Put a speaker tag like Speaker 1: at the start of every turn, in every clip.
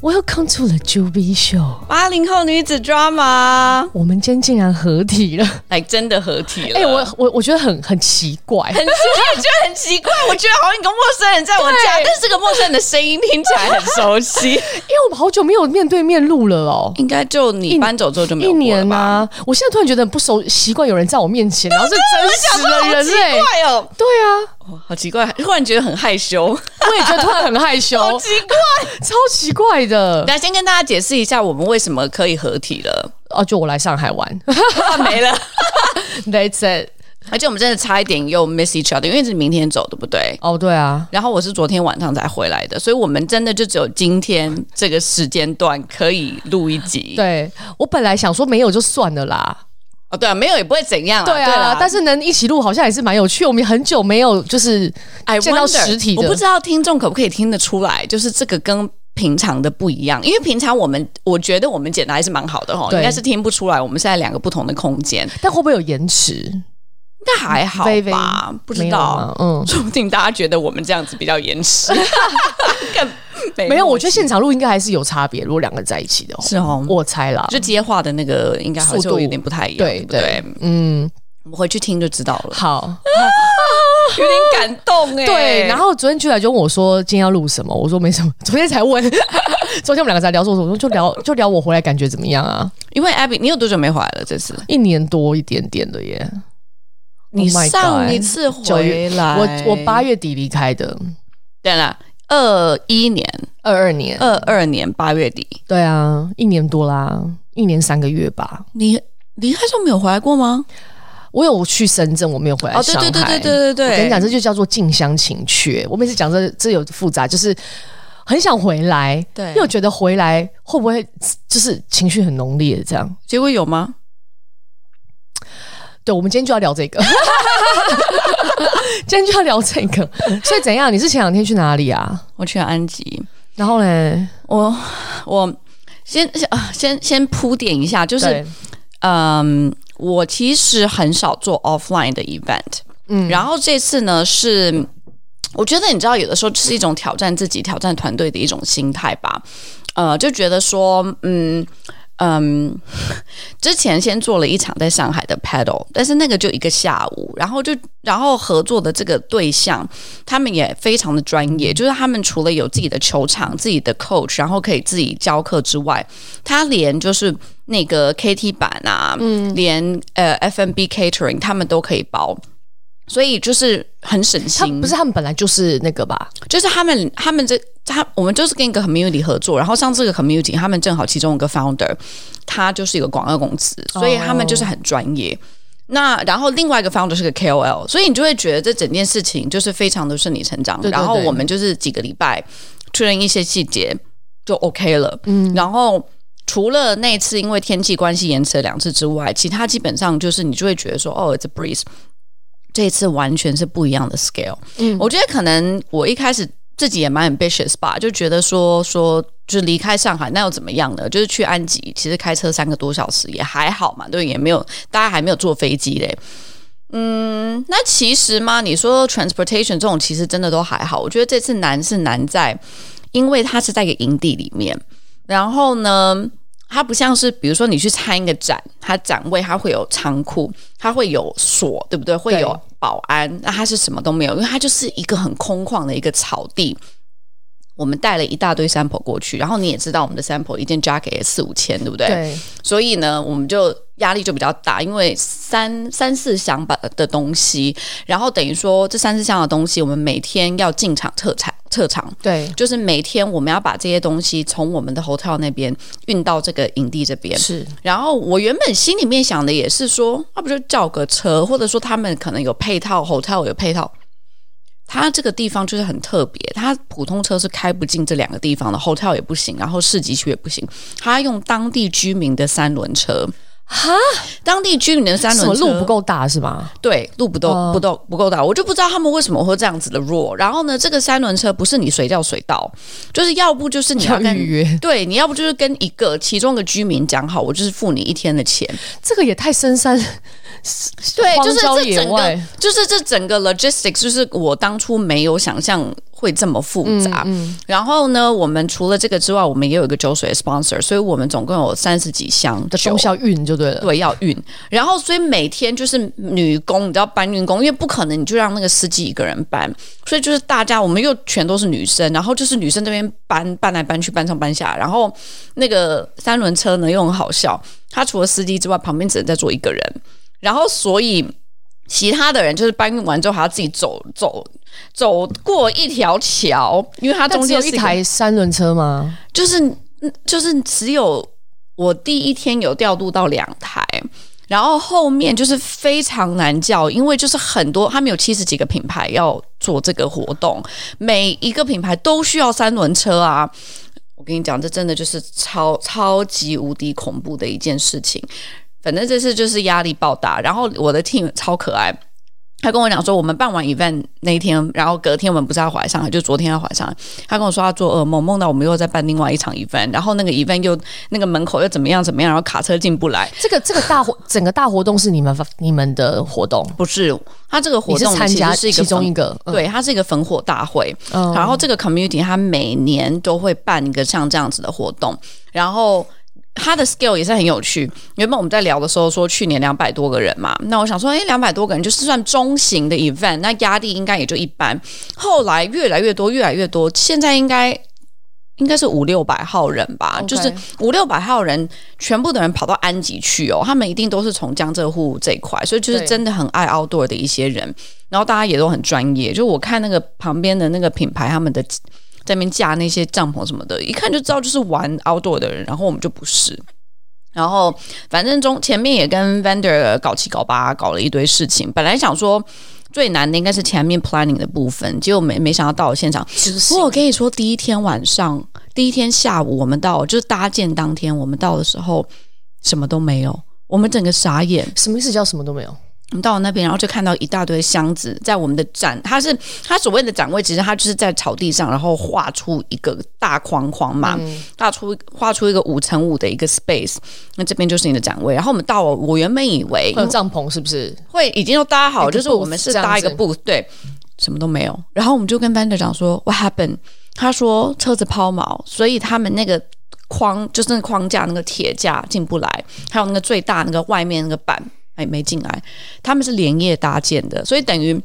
Speaker 1: Welcome to the Juby Show，
Speaker 2: 八零后女子 drama，
Speaker 1: 我们今天竟然合体了。
Speaker 2: 哎，真的合体了。
Speaker 1: 哎、我我我觉得很很奇 怪，
Speaker 2: 很，我也觉得很奇怪，我觉得好像一个陌生人在我家，但是这个陌生人的声音听起来很熟
Speaker 1: 因
Speaker 2: 悉。
Speaker 1: 为我们好久没有面对面录了哦。
Speaker 2: 应该就你搬走之后就没有
Speaker 1: 一
Speaker 2: 过了
Speaker 1: 年
Speaker 2: 吧？哦
Speaker 1: 啊，我现在突然觉得很不熟，习惯有人在我面前，然后是真实
Speaker 2: 好
Speaker 1: 的人
Speaker 2: 奇
Speaker 1: 类。
Speaker 2: 怪哦，
Speaker 1: 对啊，
Speaker 2: 哇好奇怪，突然觉得很害羞，
Speaker 1: 我也觉得突然很害羞，
Speaker 2: 好奇怪。
Speaker 1: 超奇怪的。
Speaker 2: 来，先跟大家解释一下我们为什么可以合体了，
Speaker 1: 哦、就我来上海 玩
Speaker 2: 啊 没了。
Speaker 1: ，That's it。
Speaker 2: 而且我们真的差一点又 miss each other，因为是明天走，对不对？
Speaker 1: 哦，对啊，
Speaker 2: 然后我是昨天晚上才回来的，所以我们真的就只有今天这个时间段可以录一集。
Speaker 1: 对我本来想说没有就算了啦，
Speaker 2: 哦，对啊，没有也不会怎样啊。
Speaker 1: 对啊
Speaker 2: 啦，
Speaker 1: 但是能一起录好像也是蛮有趣。我们也很久没有就是见到实体的，
Speaker 2: 我不知道听众可不可以听得出来，就是这个跟。平常的不一样，因为平常我们我觉得我们剪的还是蛮好的哈，
Speaker 1: 对
Speaker 2: 应该是听不出来我们现在两个不同的空间，
Speaker 1: 但会不会有延迟？
Speaker 2: 应该还好
Speaker 1: 嗯微微
Speaker 2: 吧？不知
Speaker 1: 没有
Speaker 2: 道
Speaker 1: 吗，嗯。
Speaker 2: 说不定大家觉得我们这样子比较 延迟，更没
Speaker 1: 没有，我觉得
Speaker 2: 得
Speaker 1: 现场录应该还是有差别。如果两个在一起的话，
Speaker 2: 是哦，
Speaker 1: 我猜啦。
Speaker 2: 就接话的那个应该好
Speaker 1: 速
Speaker 2: 像
Speaker 1: 度
Speaker 2: 有点不太一样，
Speaker 1: 对
Speaker 2: 对不对？
Speaker 1: 嗯，
Speaker 2: 我们回去听就知道 了，
Speaker 1: 好，
Speaker 2: 有点感动 哎
Speaker 1: 对。然后昨天居然就问我说今天要录什么，我说没什么。昨天才问， 昨天我们两个才聊说，我说就聊就聊我回来感觉怎么样啊？
Speaker 2: 因为 Abby，你有多久没回来了？这次
Speaker 1: 一年多一点点的耶。
Speaker 2: 你
Speaker 1: Oh my
Speaker 2: 上
Speaker 1: God
Speaker 2: 一次
Speaker 1: 九
Speaker 2: 回来，
Speaker 1: 我我八月底离开的，
Speaker 2: 对了，二一年、
Speaker 1: 二二年。
Speaker 2: 二二年八月底，
Speaker 1: 对啊，一年多啦，一年三个月吧。
Speaker 2: 你离开时候没有回来过吗？
Speaker 1: 我有去深圳，我没有回来
Speaker 2: 哦，对
Speaker 1: 上海。
Speaker 2: 对对对对对对，
Speaker 1: 我跟你讲，这就叫做近乡情怯。我每次讲这这有复杂，就是很想回来，
Speaker 2: 对
Speaker 1: 又觉得回来会不会就是情绪很浓烈这样？
Speaker 2: 结果有吗？
Speaker 1: 对，我们今天就要聊这个， 今天就要聊这个。所以怎样？你是前两天去哪里啊？
Speaker 2: 我去安吉，
Speaker 1: 然后嘞，
Speaker 2: 我我先先啊先先铺垫一下，就是
Speaker 1: 对
Speaker 2: 嗯，我其实很少做 offline 的 event，嗯，然后这次呢是。我觉得你知道，有的时候就是一种挑战自己、挑战团队的一种心态吧。呃，就觉得说，嗯嗯， 之前先做了一场在上海的 paddle，但是那个就一个下午，然后就然后合作的这个对象，他们也非常的专
Speaker 1: 嗯
Speaker 2: 业，就是他们除了有自己的球场、自己的 coach，然后可以自己教课之外，他连就是那个 KT 板啊，嗯，连呃 F&B catering 他们都可以包。所以就是很省
Speaker 1: 他
Speaker 2: 心，
Speaker 1: 不是他们本来就是那个吧？
Speaker 2: 就是他们他们这他我们就是跟一个 community 合作，然后像这个 community 他们正好其中一个 founder 他就是一个广告公司，所以他们就是很专业。
Speaker 1: 哦
Speaker 2: 那然后另外一个 founder 是个 KOL，所以你就会觉得这整件事情就是非常的顺理成章。
Speaker 1: 对对
Speaker 2: 然后
Speaker 1: 对
Speaker 2: 我们就是几个礼拜确认一些细节就 OK 了。嗯，然后。除了那次因为天气关系延迟了两次之外，其他基本上就是你就会觉得说，哦，it's a breeze，这一次完全是不一样的 scale。嗯，我觉得可能我一开始自己也蛮 ambitious 吧，就觉得说说就是离开上海那又怎么样呢？就是去安吉，其实开车三个多小时也还好嘛，对，也没有大家还没有坐飞机嘞。嗯，那其实嘛，你说 transportation 这种其实真的都还好。我觉得这次难是难在，因为它是在一个营地里面，然后呢，它不像是比如说你去参一个展，它展位它会有仓库，它会有锁，对不对？会有保安，那它是什么都没有，因为它就是一个很空旷的一个草地。我们带了一大堆 sample 过去，然后你也知道我们的 sample 一件 jacket 也四五千，对不对？
Speaker 1: 对，
Speaker 2: 所以呢，我们就压力就比较大，因为三三四箱吧的东西，然后等于说这三四箱的东西，我们每天要进场撤场撤场，
Speaker 1: 对，
Speaker 2: 就是每天我们要把这些东西从我们的 hotel 那边运到这个营地这边。
Speaker 1: 是
Speaker 2: 然后我原本心里面想的也是说，啊那、不就叫个车，或者说他们可能有配套 hotel 有配套。它这个地方就是很特别，它普通车是开不进这两个地方的，hotel 也不行，然后市集区也不行。它用当地居民的三轮车，
Speaker 1: 哈，
Speaker 2: 当地居民的三
Speaker 1: 什么
Speaker 2: 轮车
Speaker 1: 路不够大是吗？
Speaker 2: 对，路不够、
Speaker 1: 哦
Speaker 2: 不够不够大，我就不知道他们为什么会这样子的弱。然后呢，这个三轮车不是你随叫随到，就是要不就是你要
Speaker 1: 要
Speaker 2: 跟
Speaker 1: 预约，
Speaker 2: 对，你要不就是跟一个其中一个居民讲好，我就是付你一天的钱。
Speaker 1: 这个也太深山
Speaker 2: 对，
Speaker 1: 荒
Speaker 2: 就是
Speaker 1: 郊
Speaker 2: 这
Speaker 1: 野
Speaker 2: 整个
Speaker 1: 外，
Speaker 2: 就是这整个 logistics，就是我当初没有想象会这么复杂。然后呢，我们除了这个之外，我们也有一个酒水的 sponsor，所以我们总共有三十几箱
Speaker 1: 的
Speaker 2: 酒
Speaker 1: 中。小运就对了。
Speaker 2: 对，要运，然后所以每天就是女工，你知道搬运工，因为不可能你就让那个司机一个人搬，所以就是大家我们又全都是女生，然后就是女生这边搬搬来搬去，搬上搬下，然后那个三轮车呢又很好笑，他除了司机之外，旁边只能再坐一个人，然后所以其他的人就是搬运完之后还要自己走走走过一条桥，因为它
Speaker 1: 那
Speaker 2: 中
Speaker 1: 只
Speaker 2: 间
Speaker 1: 有
Speaker 2: 是
Speaker 1: 一
Speaker 2: 个
Speaker 1: 台三轮车吗？
Speaker 2: 就是就是只有我第一天有调度到两台，然后后面就是非常难叫，因为就是很多他们有七十几个品牌要做这个活动，每一个品牌都需要三轮车啊。我跟你讲，这真的就是超超级无敌恐怖的一件事情。反正这次就是压力爆大，然后我的 team 超可爱，他跟我讲说，我们办完 event 那一天，然后隔天我们不是要回来上海，就昨天要回来上海。他跟我说他做噩梦，梦到我们又在办另外一场 event，然后那个 event 又那个门口又怎么样怎么样，然后卡车进不来。
Speaker 1: 这个这个大活整个大活动是你们发你们的活动，
Speaker 2: 不是，他这个活
Speaker 1: 你是
Speaker 2: 动
Speaker 1: 参
Speaker 2: 其
Speaker 1: 加
Speaker 2: 实是
Speaker 1: 其
Speaker 2: 一个
Speaker 1: 中
Speaker 2: 焚
Speaker 1: 一个，嗯
Speaker 2: 对，它是一个焚火大会。
Speaker 1: 嗯
Speaker 2: 然后这个 community 它每年都会办一个像这样子的活动，然后。它的 scale 也是很有趣。原本我们在聊的时候说，去年两百多个人嘛，那我想说，诶两百多个人就是算中型的 event，那压力应该也就一般。后来越来越多，越来越多，现在应该应该是五六百号人吧
Speaker 1: OK
Speaker 2: 就是五六百号人，全部的人跑到安吉去哦，他们一定都是从江浙沪这一块，所以就是
Speaker 1: 对
Speaker 2: 真的很爱 outdoor 的一些人。然后大家也都很专业，就我看那个旁边的那个品牌，他们的在那边架那些帐篷什么的，一看就知道就是玩 outdoor 的人，然后我们就不是。然后反正中前面也跟 vendor 搞七搞八搞了一堆事情，本来想说最难的应该是前面 planning 的部分，结果没没想到到了现场，
Speaker 1: 就是
Speaker 2: 不过我跟你说，第一天晚上，第一天下午我们到，就是搭建当天我们到的时候，什么都没有，我们整个傻眼。
Speaker 1: 什么意思叫什么都没有？
Speaker 2: 我们到了那边，然后就看到一大堆箱子在我们的展，它是它所谓的展位，其实它就是在草地上，然后画出一个大框框嘛，大出画出一个五乘五的一个 space，那这边就是你的展位。然后我们到了，我原本以为
Speaker 1: 会有帐篷是不是？
Speaker 2: 会已经都搭好，
Speaker 1: 一个
Speaker 2: 就是我们
Speaker 1: booth
Speaker 2: 是搭一个
Speaker 1: 这
Speaker 2: booth，对，什么都没有。然后我们就跟班队长说 What happened？他说车子抛锚，所以他们那个框就是那个框架那个铁架进不来，还有那个最大那个外面那个板哎没进来，他们是连夜搭建的，所以等于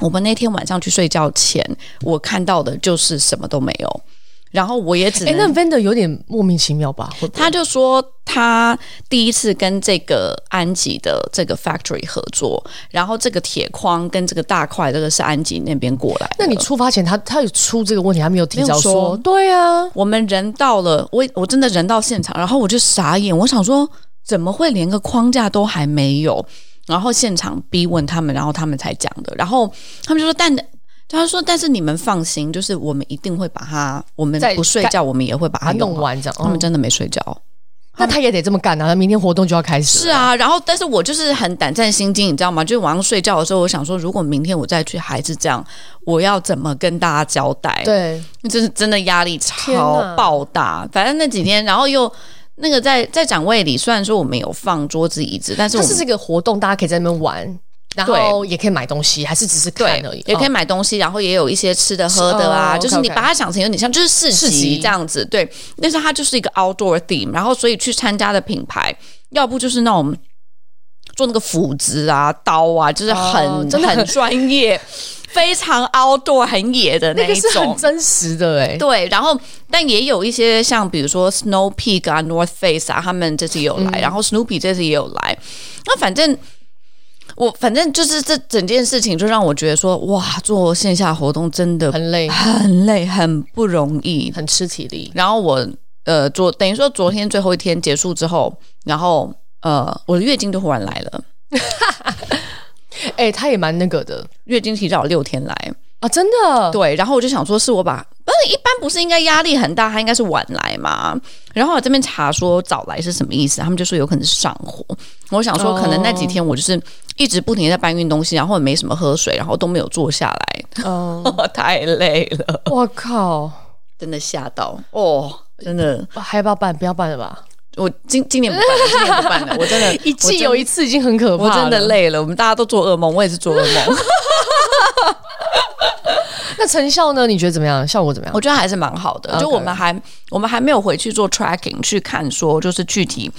Speaker 2: 我们那天晚上去睡觉前，我看到的就是什么都没有。然后我也只
Speaker 1: 哎、
Speaker 2: 能
Speaker 1: 那 vendor 有点莫名其妙吧？会不会
Speaker 2: 嗯他就说他第一次跟这个安吉的这个 factory 合作，然后这个铁框跟这个大块这个是安吉那边过来的。
Speaker 1: 那你出发前他他有出这个问题，他没有提
Speaker 2: 呃没
Speaker 1: 早
Speaker 2: 有说
Speaker 1: 说？对啊，
Speaker 2: 我们人到了，我我真的人到现场，然后我就傻眼，我想说怎么会连个框架都还没有？然后现场逼问他们，然后他们才讲的，然后他们就说但。他说：“但是你们放心，就是我们一定会把它，我们
Speaker 1: 再
Speaker 2: 不睡觉，我们也会把
Speaker 1: 把它
Speaker 2: 它
Speaker 1: 弄
Speaker 2: 弄完。
Speaker 1: 完这样。
Speaker 2: 啊他们
Speaker 1: 嗯
Speaker 2: 真的没睡觉，
Speaker 1: 那他也得这么干啊！他明天活动就要开始了。
Speaker 2: 是啊，然后但是我就是很胆战心惊，你知道吗？就是晚上睡觉的时候，我想说，如果明天我再去还是这样，我要怎么跟大家交代？，
Speaker 1: 对，
Speaker 2: 就是真的压力
Speaker 1: 天
Speaker 2: 超
Speaker 1: 哪
Speaker 2: 爆大。反正那几天，然后又那个在在展位里，虽然说我们有放桌子椅子，但是
Speaker 1: 它
Speaker 2: 我
Speaker 1: 是
Speaker 2: 们
Speaker 1: 这个活动，大家可以在那边玩，然后也可以买东西，还是只是看
Speaker 2: 对
Speaker 1: 而已，，
Speaker 2: 也可以
Speaker 1: 哦
Speaker 2: 买东西，然后也有一些吃的喝的啊，
Speaker 1: 哦
Speaker 2: 就是你
Speaker 1: OK，OK
Speaker 2: 把它想成有点像就是市
Speaker 1: 市集
Speaker 2: 集这样子，对。但是它就是一个 outdoor theme，然后所以去参加的品牌，要不就是那种。做那个斧子啊、刀啊，就是很、
Speaker 1: 哦真的很
Speaker 2: 很专业，非常 outdoor、很野的
Speaker 1: 那
Speaker 2: 一
Speaker 1: 个是很
Speaker 2: 种。
Speaker 1: 真实的哎。
Speaker 2: 对，然后但也有一些像比如说 Snow Peak 啊、North Face 啊，他们这次也有来，然后 Snoopy 这次也有来。那反正我反正就是这整件事情，就让我觉得说，哇，做线下活动真的
Speaker 1: 很累，
Speaker 2: 很累，很不容易。
Speaker 1: 很吃体力。
Speaker 2: 然后我呃，昨等于说昨天最后一天结束之后，然后呃，我的月经就忽然来了，
Speaker 1: 哎、他也蛮那个的
Speaker 2: 月经提早六天来。
Speaker 1: 啊，真的。
Speaker 2: 对，然后我就想说，是我把，不是一般不是应该压力很大，他应该是晚来嘛。然后我这边查说早来是什么意思，他们就说有可能是上火。我想说，可能那几天我就是一直不停地在搬运东西，然后也没什么喝水，然后都没有坐下 来，
Speaker 1: 嗯，
Speaker 2: 太累了，
Speaker 1: 我靠，
Speaker 2: 真的吓到哦，真的。
Speaker 1: 还要不要办？不要办了吧？
Speaker 2: 我今今年不办了，今年不办了，我真的
Speaker 1: 一季有一次已经很可怕
Speaker 2: 我
Speaker 1: 了，
Speaker 2: 真的。累了，我们大家都做噩梦，我也是做噩梦，
Speaker 1: 那成效呢？你觉得怎么样？效果怎么样？
Speaker 2: 我觉得还是蛮好的。
Speaker 1: OK
Speaker 2: 就我们还我们还没有回去做 tracking 去看说就是具体。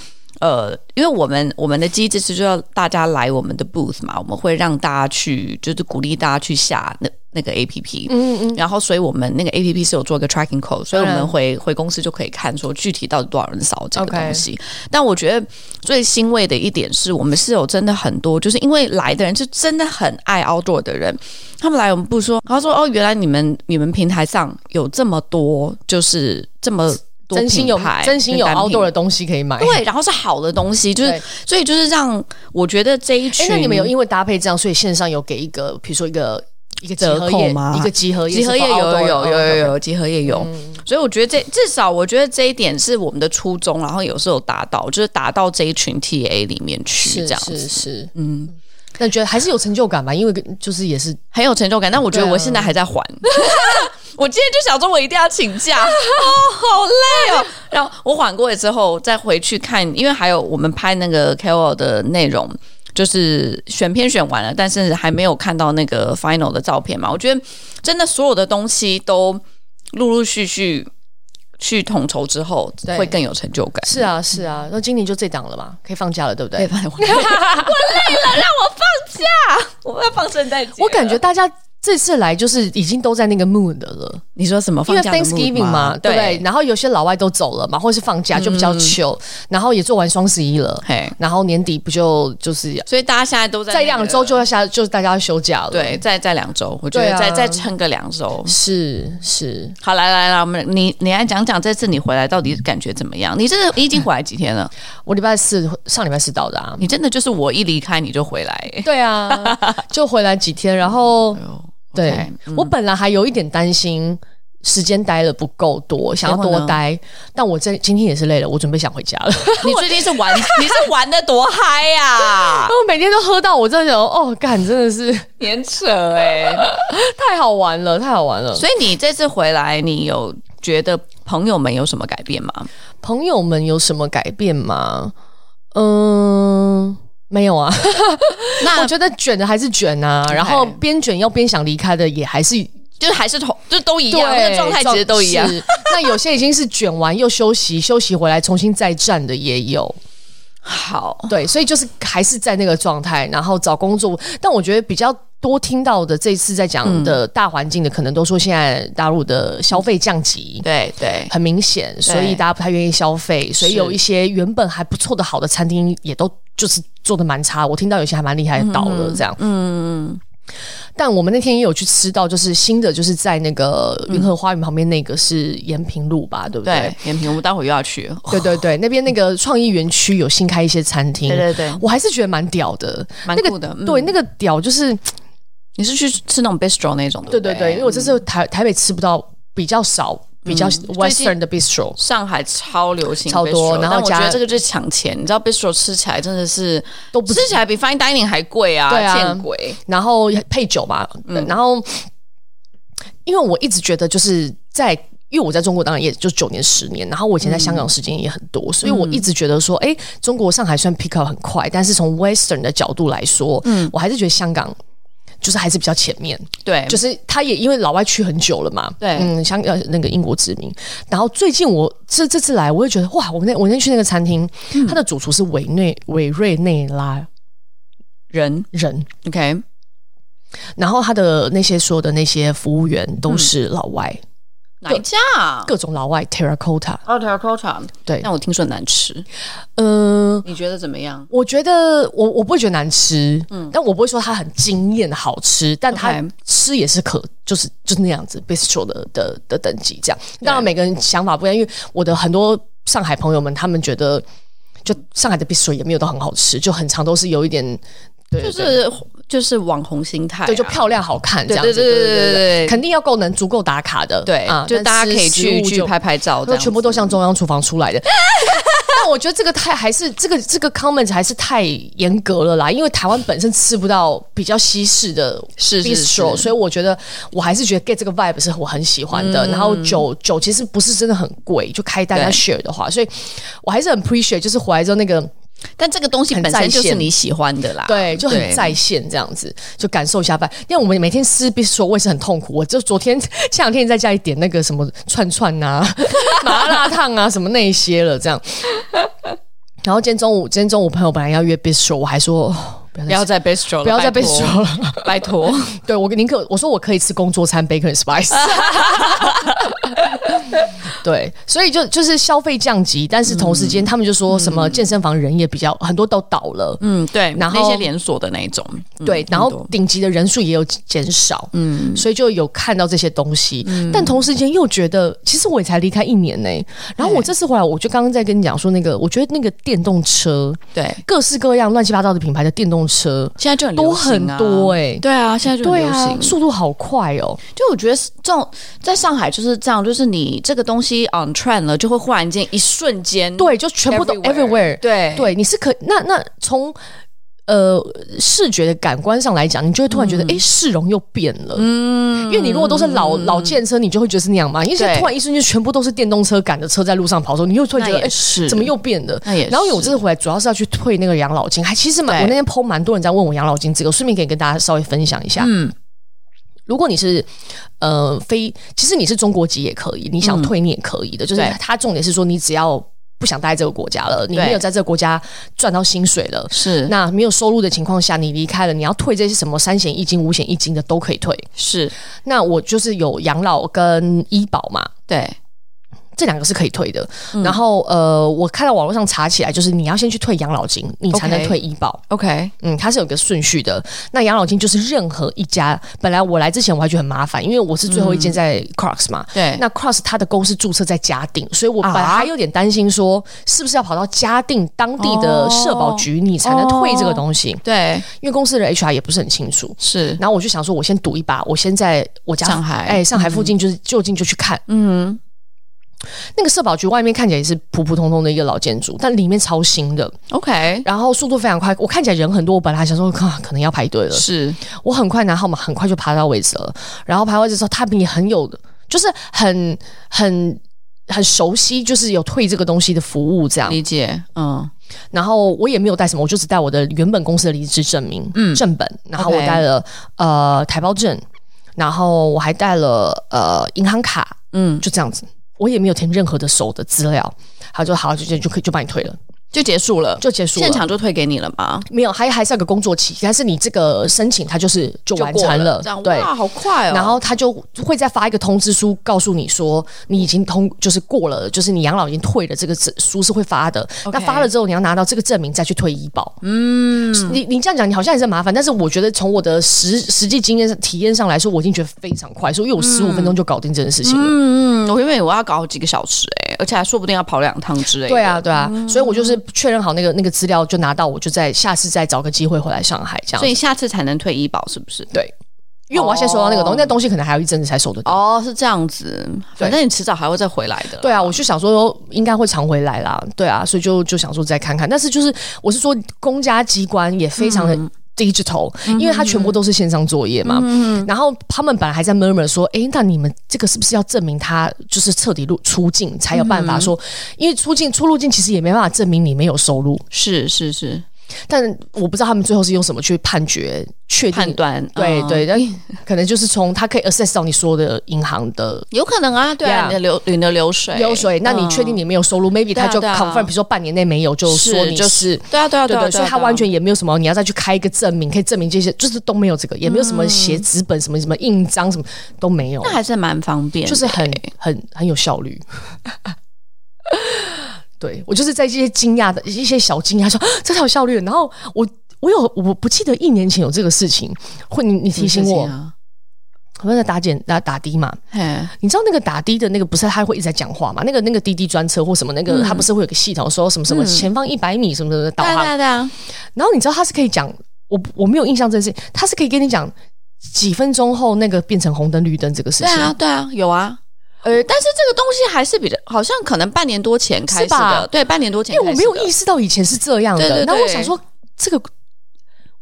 Speaker 2: 呃，因为我们我们的机制是就要大家来我们的 booth 嘛，我们会让大家去，就是鼓励大家去下那那个 A P P，
Speaker 1: 嗯嗯，
Speaker 2: 然后，所以我们那个 A P P 是有做一个 tracking code，所以我
Speaker 1: 当然
Speaker 2: 们回回公司就可以看说具体到底多少人扫这个
Speaker 1: OK
Speaker 2: 东西。但我觉得最欣慰的一点是我们是有真的很多，就是因为来的人是真的很爱 outdoor 的人，他们来我们不说，他说哦，原来你们你们平台上有这么多，就是这么多
Speaker 1: 真心
Speaker 2: 品
Speaker 1: 有
Speaker 2: 牌
Speaker 1: 真心有
Speaker 2: 跟单品
Speaker 1: outdoor 的东西可以买。
Speaker 2: 对，然后是好的东西，就是
Speaker 1: 对
Speaker 2: 所以就是让我觉得这一
Speaker 1: 哎
Speaker 2: 群，，
Speaker 1: 那你们有因为搭配这样，所以线上有给一个，比如说一个一个集合
Speaker 2: 折扣
Speaker 1: 业
Speaker 2: 吗
Speaker 1: 一个集合业，
Speaker 2: 集合
Speaker 1: 是
Speaker 2: 也
Speaker 1: for
Speaker 2: 有
Speaker 1: outdoor 的哦嗯
Speaker 2: 有有有有
Speaker 1: OK，OK
Speaker 2: 有集合也有，所以我觉得这至少我觉得这一点是我们的初衷，然后有时候达到，就是达到这一群 TA 里面去
Speaker 1: 是
Speaker 2: 这样
Speaker 1: 是
Speaker 2: 子，
Speaker 1: 是，
Speaker 2: 嗯，
Speaker 1: 那你觉得还是有成就感吧？因为跟就是也是
Speaker 2: 很有成就感。但我觉得
Speaker 1: 对啊
Speaker 2: 我现在还在 还，我今天就想说我一定要请 假，哦，好累哦。 然后我缓过了之后再回去看，因为还有我们拍那个 KOL 的内容。就是选片选完了，但是还没有看到那个 final 的照片嘛。我觉得真的所有的东西都陆陆续续去统筹之后，
Speaker 1: 对
Speaker 2: 会更有成就感。
Speaker 1: 是啊是啊，那今年就这档了嘛，可以放假了，对不对？
Speaker 2: 对吧？ 我累了，让我放 假，我要放圣诞节。
Speaker 1: 我感觉大家。这次来就是已经都在那个 mood 了，
Speaker 2: 你说什么
Speaker 1: 因
Speaker 2: 放
Speaker 1: 为
Speaker 2: 假的 mood
Speaker 1: Thanksgiving
Speaker 2: 吗
Speaker 1: 嘛，对不对？，然后有些老外都走了嘛，或是放假就比较 chill，、然后也做完双十一了，
Speaker 2: 嘿，
Speaker 1: 然后年底不就就是
Speaker 2: 所以大家现在都在
Speaker 1: 在
Speaker 2: 那个
Speaker 1: 两周就要下，就是大家要休假了，
Speaker 2: 对，，再再两周，我觉
Speaker 1: 对
Speaker 2: 得
Speaker 1: 啊
Speaker 2: 再再撑个两周。
Speaker 1: 是是，
Speaker 2: 好，来来来，我们你你来讲讲这次你回来到底感觉怎么样？你真的你已经回来几天了？
Speaker 1: 我礼拜四上礼拜四到的啊，
Speaker 2: 你真的就是我一离开你就回来、欸
Speaker 1: 对 啊，就回来几天，然后
Speaker 2: 哎呦
Speaker 1: 对
Speaker 2: OK，
Speaker 1: 我本来还有一点担心。时间待了不够多，想要
Speaker 2: 结果
Speaker 1: 多
Speaker 2: 呢
Speaker 1: 待，但我这今天也是累了，我准备想回家了。
Speaker 2: 你最近是 玩你是玩的多嗨啊呀、
Speaker 1: 然后每天都喝到，我真的想，哦，干，真的是
Speaker 2: 连扯哎、
Speaker 1: 欸太好玩了，太好玩了。
Speaker 2: 所以你这次回来，你有觉得朋友们有什么改变吗？
Speaker 1: 朋友们有什么改变吗？嗯，没有啊。
Speaker 2: 那
Speaker 1: 我觉得卷的还是卷啊，然后
Speaker 2: 对
Speaker 1: 边卷要边想离开的也还是
Speaker 2: 就是还是同，就都一
Speaker 1: 一
Speaker 2: 样，那个状态其实都一样。
Speaker 1: 那有些已经是卷完又休息，休息回来重新再战的也有。
Speaker 2: 好，
Speaker 1: 对，所以就是还是在那个状态，然后找工作。但我觉得比较多听到的这一次在
Speaker 2: 嗯
Speaker 1: 讲的大环境的，可能都说现在大陆的消费降级。
Speaker 2: 对对，
Speaker 1: 很明显，所以大家不太愿意消费，所以
Speaker 2: 是
Speaker 1: 有一些原本还不错的好的餐厅也都就是做的蛮差。我听到有些还蛮厉害的倒了这样。嗯但我们那天也有去吃到，就是新的，就是在那个云和花园旁边那个是延平路吧，对不对
Speaker 2: 对？，延平，我们待会又要去。
Speaker 1: 对对对，那边那个创意园区有新开一些餐厅，
Speaker 2: 对对对，
Speaker 1: 我还是觉得蛮屌的，
Speaker 2: 蛮
Speaker 1: 那个
Speaker 2: 酷的。嗯
Speaker 1: 对，那个屌就是，
Speaker 2: 你是去吃那种 bistro 那种？
Speaker 1: 对对
Speaker 2: 对不
Speaker 1: 对，因为我这次台台北吃不到，比较少，比较
Speaker 2: 近
Speaker 1: Western 的 bistro，
Speaker 2: 上海超流行 bistro，
Speaker 1: 超多然后
Speaker 2: 但我觉
Speaker 1: 加
Speaker 2: 得这个就是抢钱。你知道 bistro 吃起来真的是
Speaker 1: 都不
Speaker 2: 吃起来比 fine dining 还贵啊，
Speaker 1: 对啊
Speaker 2: 见鬼！
Speaker 1: 然后配酒嘛，然后因为我一直觉得就是在。因为我在中国当然也就九年十年，然后我以前在香港时间也很多，所以我一直觉得说，哎、中国上海虽然 pick up 很快，但是从 Western 的角度来说，嗯，我还是觉得香港就是还是比较前面，
Speaker 2: 对，
Speaker 1: 就是是他也因为老外去很久了嘛，
Speaker 2: 哎对
Speaker 1: 嗯，香港那个英国殖民，然后最近我这这次来，我也觉得哇，我那我那天去那个餐厅，他的主厨是委内委瑞内拉
Speaker 2: 人
Speaker 1: 人，
Speaker 2: OK，
Speaker 1: 然后他的那些所有的那些服务员都是老外，
Speaker 2: 嗯哪一家啊
Speaker 1: 各种老外 terracotta，
Speaker 2: ？Out of Costa。
Speaker 1: 对
Speaker 2: 但我听说很难吃，
Speaker 1: 嗯、
Speaker 2: 你觉得怎么样？
Speaker 1: 我觉得我我不会觉得难吃，嗯，但我不会说它很惊艳好吃，但它
Speaker 2: OK
Speaker 1: 吃也是可就是就是那样子 bistro 的的的等级这样。当然每个人想法不一样，因为我的很多上海朋友们他们觉得，就上海的 bistro 也没有到很好吃，就很常都是有一点，对对
Speaker 2: 就是就是网红心态啊，
Speaker 1: 对，就漂亮好看这样子，
Speaker 2: 对对对对对对啊
Speaker 1: 肯定要够能足够打卡的，啊
Speaker 2: 对，就
Speaker 1: 但
Speaker 2: 大家可以
Speaker 1: 吃
Speaker 2: 去
Speaker 1: 食物
Speaker 2: 去
Speaker 1: 就
Speaker 2: 拍拍照，这
Speaker 1: 那
Speaker 2: 样
Speaker 1: 全部都像中央厨房出来的。 但我觉得这个太还是这个这个 comment 还是太严格了啦，因为台湾本身吃不到比较西式的
Speaker 2: 是是
Speaker 1: bistro，
Speaker 2: 是
Speaker 1: 所以我觉得我还是觉得 get 这个 vibe 是我很喜欢的。然后酒酒其实不是真的很贵，就开单
Speaker 2: 嗯对
Speaker 1: 要 share 的话，所以我还是很 appreciate，就是回来之后那个
Speaker 2: 但这个东西
Speaker 1: 很
Speaker 2: 本
Speaker 1: 在
Speaker 2: 身就是
Speaker 1: 线
Speaker 2: 你喜欢的啦，
Speaker 1: 对，就很在线这样子，就感受一下饭。因为我们每天吃 bistro 我也是很痛苦，我就昨天 前两天在家里点那个什么串串啊、 麻辣烫啊什么那一些了，这样。然后今天中午，今天中午朋友本来要约 bistro，我还说、哦不要
Speaker 2: 不
Speaker 1: 再
Speaker 2: 要再 bistro 了，
Speaker 1: 不要再
Speaker 2: 拜
Speaker 1: bistro
Speaker 2: 托，
Speaker 1: 了。
Speaker 2: 拜 托。
Speaker 1: 对我宁可我说我可以吃工作餐 bacon spice。对，所以就就是消费降级，但是同时间他们就说什么健身房人也比较很多都倒了，
Speaker 2: 嗯，对，
Speaker 1: 然后
Speaker 2: 那些连锁的那一种，嗯
Speaker 1: 对，然
Speaker 2: 很
Speaker 1: 后
Speaker 2: 多
Speaker 1: 顶级的人数也有减少，嗯，所以就有看到这些东西，但同时间又觉得，其实我也才离开一年呢、然后我这次回来，我就刚刚在跟你讲说，那个我觉得那个电动车，
Speaker 2: 对，
Speaker 1: 各式各样乱七八糟的品牌的电动车，
Speaker 2: 现在就很
Speaker 1: 都
Speaker 2: 流行
Speaker 1: 很
Speaker 2: 啊
Speaker 1: 多欸
Speaker 2: 对啊，现在就很
Speaker 1: 对
Speaker 2: 流
Speaker 1: 啊
Speaker 2: 行，。
Speaker 1: 速度好快哦，
Speaker 2: 就我觉得是这种在上海就是这样，就是你这个东西 on trend 了，就会忽然间一瞬间，
Speaker 1: 对，就全部都 everywhere，
Speaker 2: 对
Speaker 1: 对，你是可那那从呃视觉的感官上来讲，你就会突然觉得，
Speaker 2: 嗯
Speaker 1: 哎、市容又变了。嗯，因为你如果都是老、老建车，你就会觉得是那样嘛。因为现在
Speaker 2: 对
Speaker 1: 突然一瞬间全部都是电动车赶着车在路上跑的时候，你又突然觉得，
Speaker 2: 那也
Speaker 1: 哎、
Speaker 2: 是
Speaker 1: 怎么又变了？
Speaker 2: 那也是
Speaker 1: 然后因为我这次回来主要是要去退那个养老金，还其实蛮
Speaker 2: 对
Speaker 1: 我那天 PO 蛮多人在问我养老金这个，顺便可以跟大家稍微分享一下。
Speaker 2: 嗯，
Speaker 1: 如果你是呃非，其实你是中国籍也可以，你想退你也可以的，就是
Speaker 2: 嗯对
Speaker 1: 它重点是说你只要不想待在这个国家了，你
Speaker 2: 对
Speaker 1: 没有在这个国家赚到薪水了。
Speaker 2: 是
Speaker 1: 那没有收入的情况下，你离开了，你要退这些什么三险一金、五险一金的都可以退。
Speaker 2: 是，
Speaker 1: 那我就是有养老跟医保嘛，
Speaker 2: 对
Speaker 1: 这两个是可以退的。
Speaker 2: 嗯
Speaker 1: 然后呃，我看到网络上查起来，就是你要先去退养老金，你才能
Speaker 2: OK
Speaker 1: 退医保。
Speaker 2: ，OK，
Speaker 1: 嗯，它是有一个顺序的。那养老金就是任何一家，本来我来之前我还觉得很麻烦，因为我是最后一
Speaker 2: 嗯
Speaker 1: 间在 Crocs 嘛。
Speaker 2: 对，
Speaker 1: 那 Cross 它的公司注册在嘉定，所以我本来
Speaker 2: 啊
Speaker 1: 还有点担心，说是不是要跑到嘉定当地的社保局，你才能退这个东西？
Speaker 2: 对
Speaker 1: 因为公司的 HR 也不是很清楚。
Speaker 2: 是
Speaker 1: 然后我就想说，我先赌一把，我先在我家
Speaker 2: 上海嗯
Speaker 1: 哎，上海附近就是就近就去看。嗯，那个社保局外面看起来也是普普通通的一个老建筑，但里面超新的。
Speaker 2: ，OK，
Speaker 1: 然后速度非常快，我看起来人很多，我本来还想说，啊、可能要排队了。
Speaker 2: 是
Speaker 1: 我很快拿号码，很快就爬到位置了。然后排位置之后，他们也很有，就是很很很熟悉，就是有退这个东西的服务这样。
Speaker 2: 理解，嗯，
Speaker 1: 然后我也没有带什么，我就只带我的原本公司的离职证明、嗯、正本，然后我
Speaker 2: OK
Speaker 1: 带了呃台胞证，然后我还带了呃银行卡，嗯，就这样子。我也没有填任何的手的资料，他就好就就就可以就把你退了，
Speaker 2: 就结束了，
Speaker 1: 就结束了。
Speaker 2: 现场就退给你了吗？
Speaker 1: 没有，还还是有个工作期，但是你这个申请它就是就
Speaker 2: 就
Speaker 1: 完
Speaker 2: 过
Speaker 1: 成
Speaker 2: 了，这样
Speaker 1: 对。
Speaker 2: 哇，好快哦，
Speaker 1: 然后他就会再发一个通知书，告诉你说你已经通，就是过了，就是你养老已经退了，这个证书是会发的。那发了之后，你要拿到这个证明再去退医保。嗯，你你这样讲，你好像也是很麻烦，但是我觉得从我的实实际经验上体验上来说，我已经觉得非常快，所以因为我十五分钟就搞定这件事情了。
Speaker 2: 嗯，我原本以为我要搞好几个小时哎、而且还说不定要跑两趟之类的。
Speaker 1: 对啊，对啊，所以我就是确认好那个那个资料，就拿到，我就再下次再找个机会回来上海这样
Speaker 2: 所
Speaker 1: 子。
Speaker 2: 以下次才能退医保是不是？
Speaker 1: 对，因为我要先收到那个东西，那东西可能还有一阵子才收得到。
Speaker 2: 哦，是这样子，反正你迟早还会再回来的。
Speaker 1: 对啊，我就想说应该会常回来啦，对啊，所以就就想说再看看。但是就是我是说，公家机关也非常的
Speaker 2: 嗯
Speaker 1: digital，、因为它全部都是线上作业嘛。
Speaker 2: 嗯
Speaker 1: 然后他们本来还在 murmur 说，诶，那你们这个是不是要证明他就是彻底入出境才有办
Speaker 2: 嗯
Speaker 1: 法说？因为出境出入境其实也没办法证明你没有收入，
Speaker 2: 是是是，
Speaker 1: 但我不知道他们最后是用什么去判决确
Speaker 2: 判
Speaker 1: 定。
Speaker 2: 断
Speaker 1: 对
Speaker 2: 嗯
Speaker 1: 对，但可能就是从他可以 access 到你说的银行的
Speaker 2: 有可能啊，对
Speaker 1: Yeah
Speaker 2: 啊，你的流你的流水嗯
Speaker 1: 流水，那你确定你没有收入？Maybe
Speaker 2: 对
Speaker 1: 他
Speaker 2: 啊
Speaker 1: 就
Speaker 2: 对啊
Speaker 1: confirm，比如说半年内没有，就说
Speaker 2: 是
Speaker 1: 你。
Speaker 2: 就是对啊对啊
Speaker 1: 对
Speaker 2: 啊
Speaker 1: 对，
Speaker 2: 啊，
Speaker 1: 所以他
Speaker 2: 对啊
Speaker 1: 完全也没有什么，你要再去开一个证明，可以证明这些，就是都没有这个，也没有什么写纸本、什么什么印章、什么都没有
Speaker 2: 那，还是蛮方便的，
Speaker 1: 就是很
Speaker 2: 欸
Speaker 1: 很很有效率。对我就是在这些惊讶的一些小惊讶说，啊这太有效率了。然后我我有我不记得一年前有这个事情，或你你提醒
Speaker 2: 什么
Speaker 1: 我
Speaker 2: 事，情啊
Speaker 1: 我在打检打打的嘛，
Speaker 2: 嘿，
Speaker 1: 你知道那个打的的那个不是他会一直在讲话吗？那个那个滴滴专车或什么那
Speaker 2: 嗯
Speaker 1: 个，他不是会有个系统说什么什么前方一百米什么什么的导
Speaker 2: 对啊
Speaker 1: 航？
Speaker 2: 对啊对啊，
Speaker 1: 然后你知道他是可以讲，我不我没有印象这件事情，他是可以跟你讲几分钟后那个变成红灯绿灯这个事
Speaker 2: 对
Speaker 1: 情。
Speaker 2: 啊对啊，有啊，呃，但是这个东西还是比较，好像可能半年多前开始
Speaker 1: 是吧
Speaker 2: 的，对，半年多前
Speaker 1: 因为我没有意
Speaker 2: 识，
Speaker 1: 识到以前是这样
Speaker 2: 对对
Speaker 1: 的。
Speaker 2: 对
Speaker 1: 那我想说，这个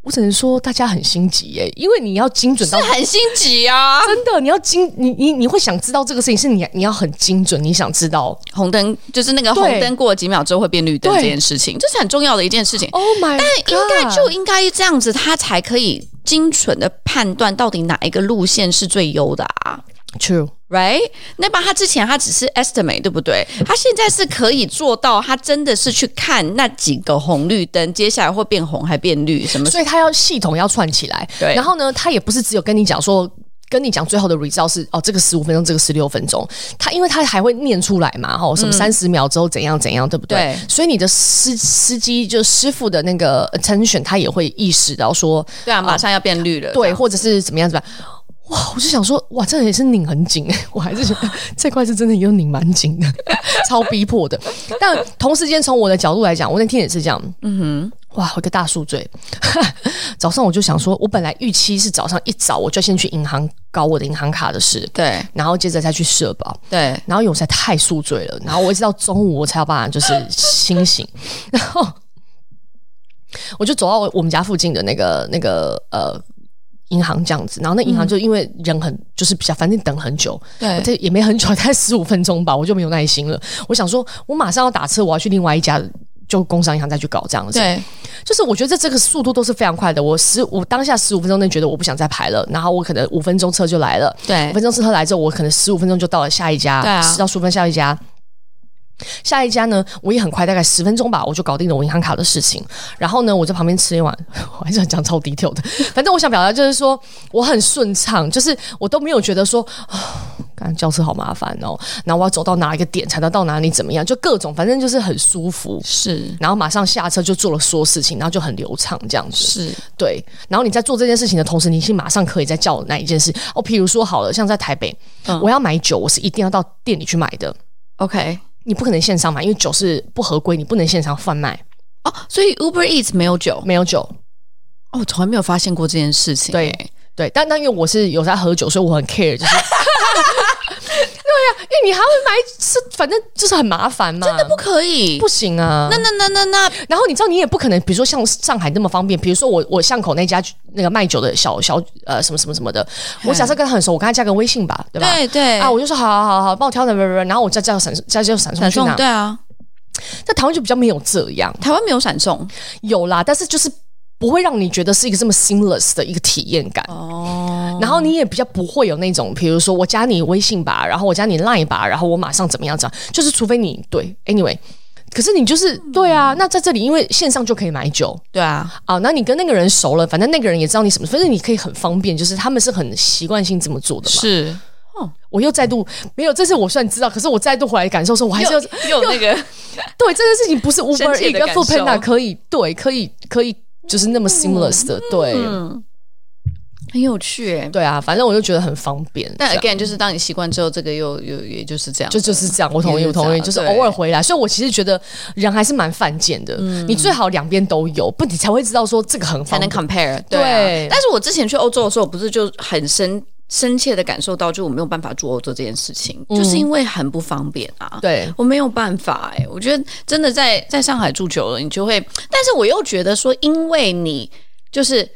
Speaker 1: 我只能说大家很心急耶、因为你要精准到
Speaker 2: 是很心急啊。
Speaker 1: 真的，你要精，你你你会想知道这个事情是你你要很精准，你想知道。
Speaker 2: 红灯就是那个
Speaker 1: 对
Speaker 2: 红灯过了几秒之后会变绿灯
Speaker 1: 对
Speaker 2: 这件事情，这是很重要的一件事情。
Speaker 1: Oh my，但
Speaker 2: 应该就应该这样子，他才可以精准的判断到底哪一个路线是最优的啊。
Speaker 1: true。
Speaker 2: Right，那把他之前他只是 estimate 对不对？他现在是可以做到，他真的是去看那几个红绿灯，接下来会变红还变绿什么？
Speaker 1: 所以他要系统要串起来。
Speaker 2: 对
Speaker 1: 然后呢，他也不是只有跟你讲说。跟你讲最后的 result 是哦，这个十五分钟，这个十六分钟，他因为他还会念出来嘛，哈，什么三十秒之后怎样怎样，对不对？
Speaker 2: 嗯对
Speaker 1: 所以你的司司机就师傅的那个 attention，他也会意识到说，
Speaker 2: 对啊，马上要变绿了。这
Speaker 1: 对，
Speaker 2: 样，
Speaker 1: 或者是怎么样怎么样。哇，我就想说，哇，这也是拧很紧， 我还是觉得这块是真的又拧蛮紧的， 超逼迫的。但同时间从我的角度来讲，我那天也是这样，嗯哼，哇，我一个大宿醉。 早上我就想说，我本来预期是早上一早我就先去银行搞我的银行卡的事，
Speaker 2: 对
Speaker 1: 然后接着再去社保，
Speaker 2: 对，
Speaker 1: 然后因为我实在太宿醉了，然后我一直到中午我才有办法就是清醒， 然后我就走到我我们家附近的那个那个呃银行这样子，然后那银行就因为人很、就是比较反正等很久，
Speaker 2: 对
Speaker 1: 我这也没很久，才十五分钟吧，我就没有耐心了。我想说，我马上要打车，我要去另外一家就工商银行再去搞这样子，
Speaker 2: 对
Speaker 1: 就是我觉得这个速度都是非常快的。我十我当下十五分钟内觉得我不想再排了，然后我可能五分钟车就来了，
Speaker 2: 对
Speaker 1: 五分钟车来之后，我可能十五分钟就到了下一家，
Speaker 2: 对啊
Speaker 1: 十到十五分下一家。下一家呢，我也很快，大概十分钟吧，我就搞定了我银行卡的事情。然后呢，我在旁边吃一碗， 我还是很讲超 detail 的。 反正我想表达就是说，我很顺畅，就是我都没有觉得说，啊，感觉轿车好麻烦哦，然后我要走到哪一个点才能到哪里，怎么样，就各种，反正就是很舒服。
Speaker 2: 是
Speaker 1: 然后马上下车就做了所有事情，然后就很流畅这样子。
Speaker 2: 是，
Speaker 1: 对，然后你在做这件事情的同时，你是马上可以再叫哪一件事哦？譬如说好了，像在台北，
Speaker 2: 嗯
Speaker 1: 我要买酒，我是一定要到店里去买的，
Speaker 2: OK
Speaker 1: 你不可能线上买，因为酒是不合规，你不能线上贩卖，
Speaker 2: 哦，所以 Uber Eats 没有酒
Speaker 1: 没有酒。
Speaker 2: 哦，我从来没有发现过这件事情。欸
Speaker 1: 对对，但但因为我是有在喝酒，所以我很 care，就是。对 呀、因为你还会买，是反正就是很麻烦嘛，真的
Speaker 2: 不可以
Speaker 1: 不。行啊。
Speaker 2: 那那那那那
Speaker 1: 然后你知道，你也不可能，比如说像上海那么方便。比如说我我巷口那家那个卖酒的小小呃什么什么什么的，我假设跟他很熟，我跟他加个微信吧，嗯对吧？
Speaker 2: 对对
Speaker 1: 啊，我就说好好好好，帮我挑的，不不不，然后我再叫闪再叫闪送
Speaker 2: 闪
Speaker 1: 去
Speaker 2: 送
Speaker 1: 拿。
Speaker 2: 对啊，
Speaker 1: 在台湾就比较没有这样，
Speaker 2: 台湾没有闪送
Speaker 1: 有啦，但是就是不会让你觉得是一个这么 seamless 的一个体验感。
Speaker 2: 哦。
Speaker 1: 然后你也比较不会有那种，比如说我加你微信吧，然后我加你 Line 吧，然后我马上怎么样怎么样，就是除非你对 anyway，可是你就是
Speaker 2: 嗯
Speaker 1: 对啊，那在这里因为线上就可以买酒，
Speaker 2: 对啊，
Speaker 1: 啊，那你跟那个人熟了，反正那个人也知道你什么，反正你可以很方便，就是他们是很习惯性这么做的嘛。
Speaker 2: 是
Speaker 1: 我又再度没有，这次我算知道，可是我再度回来感受的时候，我还是要对
Speaker 2: 有那 个
Speaker 1: 这件事情不是 Uber
Speaker 2: 切
Speaker 1: E
Speaker 2: 的
Speaker 1: 跟
Speaker 2: 感
Speaker 1: f o o p a n d a
Speaker 2: 受嗯
Speaker 1: 可以对，可以可以就是那么 seamless 的，对、
Speaker 2: 很有趣欸。
Speaker 1: 对啊，反正我就觉得很方便。
Speaker 2: 但
Speaker 1: 这样
Speaker 2: again，就是当你习惯之后，这个又又也就是这样，
Speaker 1: 啊就就是这样，我同意，
Speaker 2: 也
Speaker 1: 我
Speaker 2: 是这样
Speaker 1: 同意，就是
Speaker 2: 对
Speaker 1: 偶尔回来，所以我其实觉得人还是蛮犯贱的。你最好两边都有，不你才会知道说这个很
Speaker 2: 嗯
Speaker 1: 方
Speaker 2: 才能
Speaker 1: 便。
Speaker 2: compare 对啊。
Speaker 1: 对
Speaker 2: 但是我之前去欧洲的时候，我不是就很深深切的感受到，就我没有办法做欧洲这件事情，就是因为很不方便啊。
Speaker 1: 嗯对，
Speaker 2: 我没有办法哎、我觉得真的在在上海住久了，你就会，但是我又觉得说，因为你就是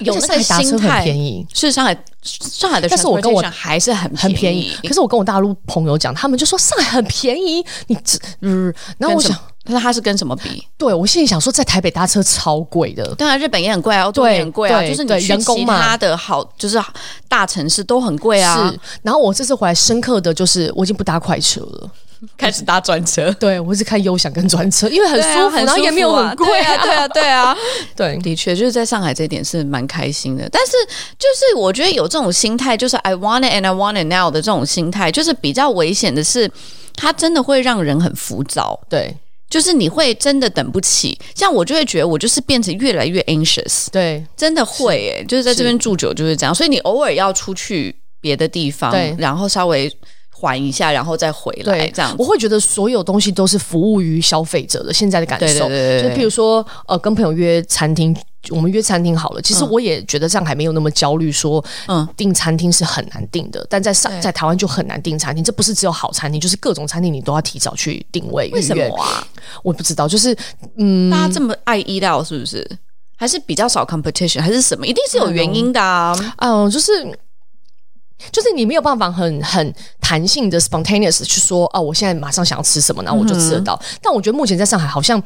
Speaker 2: 有
Speaker 1: 而
Speaker 2: 那
Speaker 1: 且上海打
Speaker 2: 个心
Speaker 1: 车很
Speaker 2: 态，
Speaker 1: 便宜，
Speaker 2: 是上海上海的，
Speaker 1: 但是我跟我
Speaker 2: 还是很
Speaker 1: 很便宜。可是我跟我大陆朋友讲，他们就说上海很便宜，你这，嗯，然后我
Speaker 2: 跟什
Speaker 1: 想
Speaker 2: 么，？那它是跟什么比？
Speaker 1: 对我心里想说，在台北搭车超贵的，
Speaker 2: 当然，日本也很贵啊，欧洲也很贵啊，
Speaker 1: 对
Speaker 2: 就是你
Speaker 1: 对
Speaker 2: 去
Speaker 1: 人工
Speaker 2: 其
Speaker 1: 嘛
Speaker 2: 他的好，就是大城市都很贵啊
Speaker 1: 是，。然后我这次回来深刻的就是，我已经不搭快车了，
Speaker 2: 开始搭专车，
Speaker 1: 对我只看优享跟专车，因为很
Speaker 2: 很
Speaker 1: 舒服，
Speaker 2: 舒服，啊很
Speaker 1: 然后也没有很贵
Speaker 2: 啊，对啊，对啊，
Speaker 1: 对
Speaker 2: 的确，就是在上海这一点是蛮开心的，但是就是我觉得有这种心态，就是 I want it and I want it now 的这种心态，就是比较危险的是，它真的会让人很浮躁，
Speaker 1: 对
Speaker 2: 就是你会真的等不起。像我就会觉得我就是变成越来越 anxious，
Speaker 1: 对
Speaker 2: 真的会诶、就是在这边住久就是这样，所以你偶尔要出去别的地方
Speaker 1: 对，
Speaker 2: 然后稍微缓一下，然后再回来
Speaker 1: 对，
Speaker 2: 这样子。
Speaker 1: 我会觉得所有东西都是服务于消费者的现在的感受。
Speaker 2: 对对对对对
Speaker 1: 就譬如说，呃，跟朋友约餐厅我们约餐厅好了。其实我也觉得上海没有那么焦虑，说
Speaker 2: 嗯
Speaker 1: 订餐厅是很难订的，但在上
Speaker 2: 对
Speaker 1: 在台湾就很难订餐厅。这不是只有好餐厅，就是各种餐厅你都要提早去定位。
Speaker 2: 为什
Speaker 1: 预约
Speaker 2: 么啊？
Speaker 1: 我不知道，就是嗯
Speaker 2: 大家这么爱医疗是不是？还是比较少 competition，还是什么？一定是有原因的啊！
Speaker 1: 嗯、就是就是你没有办法很很弹性的 spontaneous 去说啊，我现在马上想要吃什么，然后我就
Speaker 2: 嗯
Speaker 1: 吃得到。但我觉得目前在上海好像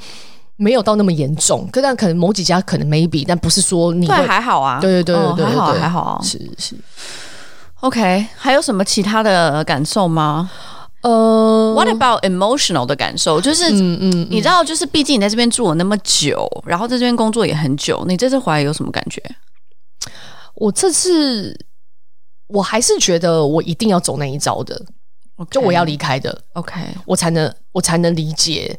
Speaker 1: 没有到那么严重，可但可能某几家可能 maybe，但不是说你
Speaker 2: 对，
Speaker 1: 会。
Speaker 2: 还好啊，
Speaker 1: 对对对
Speaker 2: 哦
Speaker 1: 对对
Speaker 2: 还好啊
Speaker 1: 对
Speaker 2: 还好啊。
Speaker 1: 是是，
Speaker 2: OK，还有什么其他的感受吗
Speaker 1: 嗯呃，嗯
Speaker 2: ？What about emotional 的感受？就是，你知道，就是毕竟你在这边住了那么久，然后在这边工作也很久，你这次回来有什么感觉？
Speaker 1: 我这次我还是觉得我一定要走那一招的，就我要离开的，
Speaker 2: OK
Speaker 1: 我才能我才能理解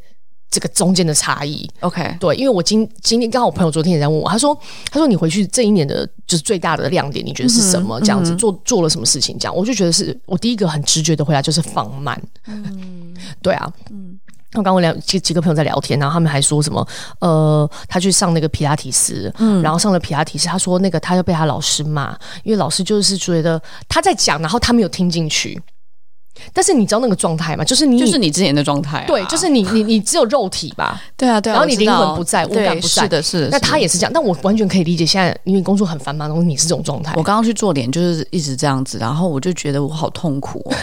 Speaker 1: 这个中间的差异。
Speaker 2: OK，
Speaker 1: 对，因为我今今天刚好我朋友昨天也在问我，他说他说你回去这一年的就是最大的亮点，你觉得是什么？这样子、做做了什么事情？这样我就觉得是我第一个很直觉的回答就是放慢。对啊，嗯。我刚刚我两几几个朋友在聊天，然后他们还说什么，呃，他去上那个皮拉提斯，然后上了皮拉提斯，他说那个他又被他老师骂，因为老师就是觉得他在讲，然后他没有听进去。但是你知道那个状态吗？就是你
Speaker 2: 就是你之前的状态啊、
Speaker 1: 对，就是你你你只有肉体吧，
Speaker 2: 对啊对啊，
Speaker 1: 然后你
Speaker 2: 我知道
Speaker 1: 灵魂不在
Speaker 2: 对
Speaker 1: 五感不在
Speaker 2: 是的，是的。
Speaker 1: 那
Speaker 2: 是的
Speaker 1: 他也是这样，但我完全可以理解，现在因为工作很繁忙，然后你是这种状态
Speaker 2: 我。刚刚去做脸就是一直这样子，然后我就觉得我好痛苦哦。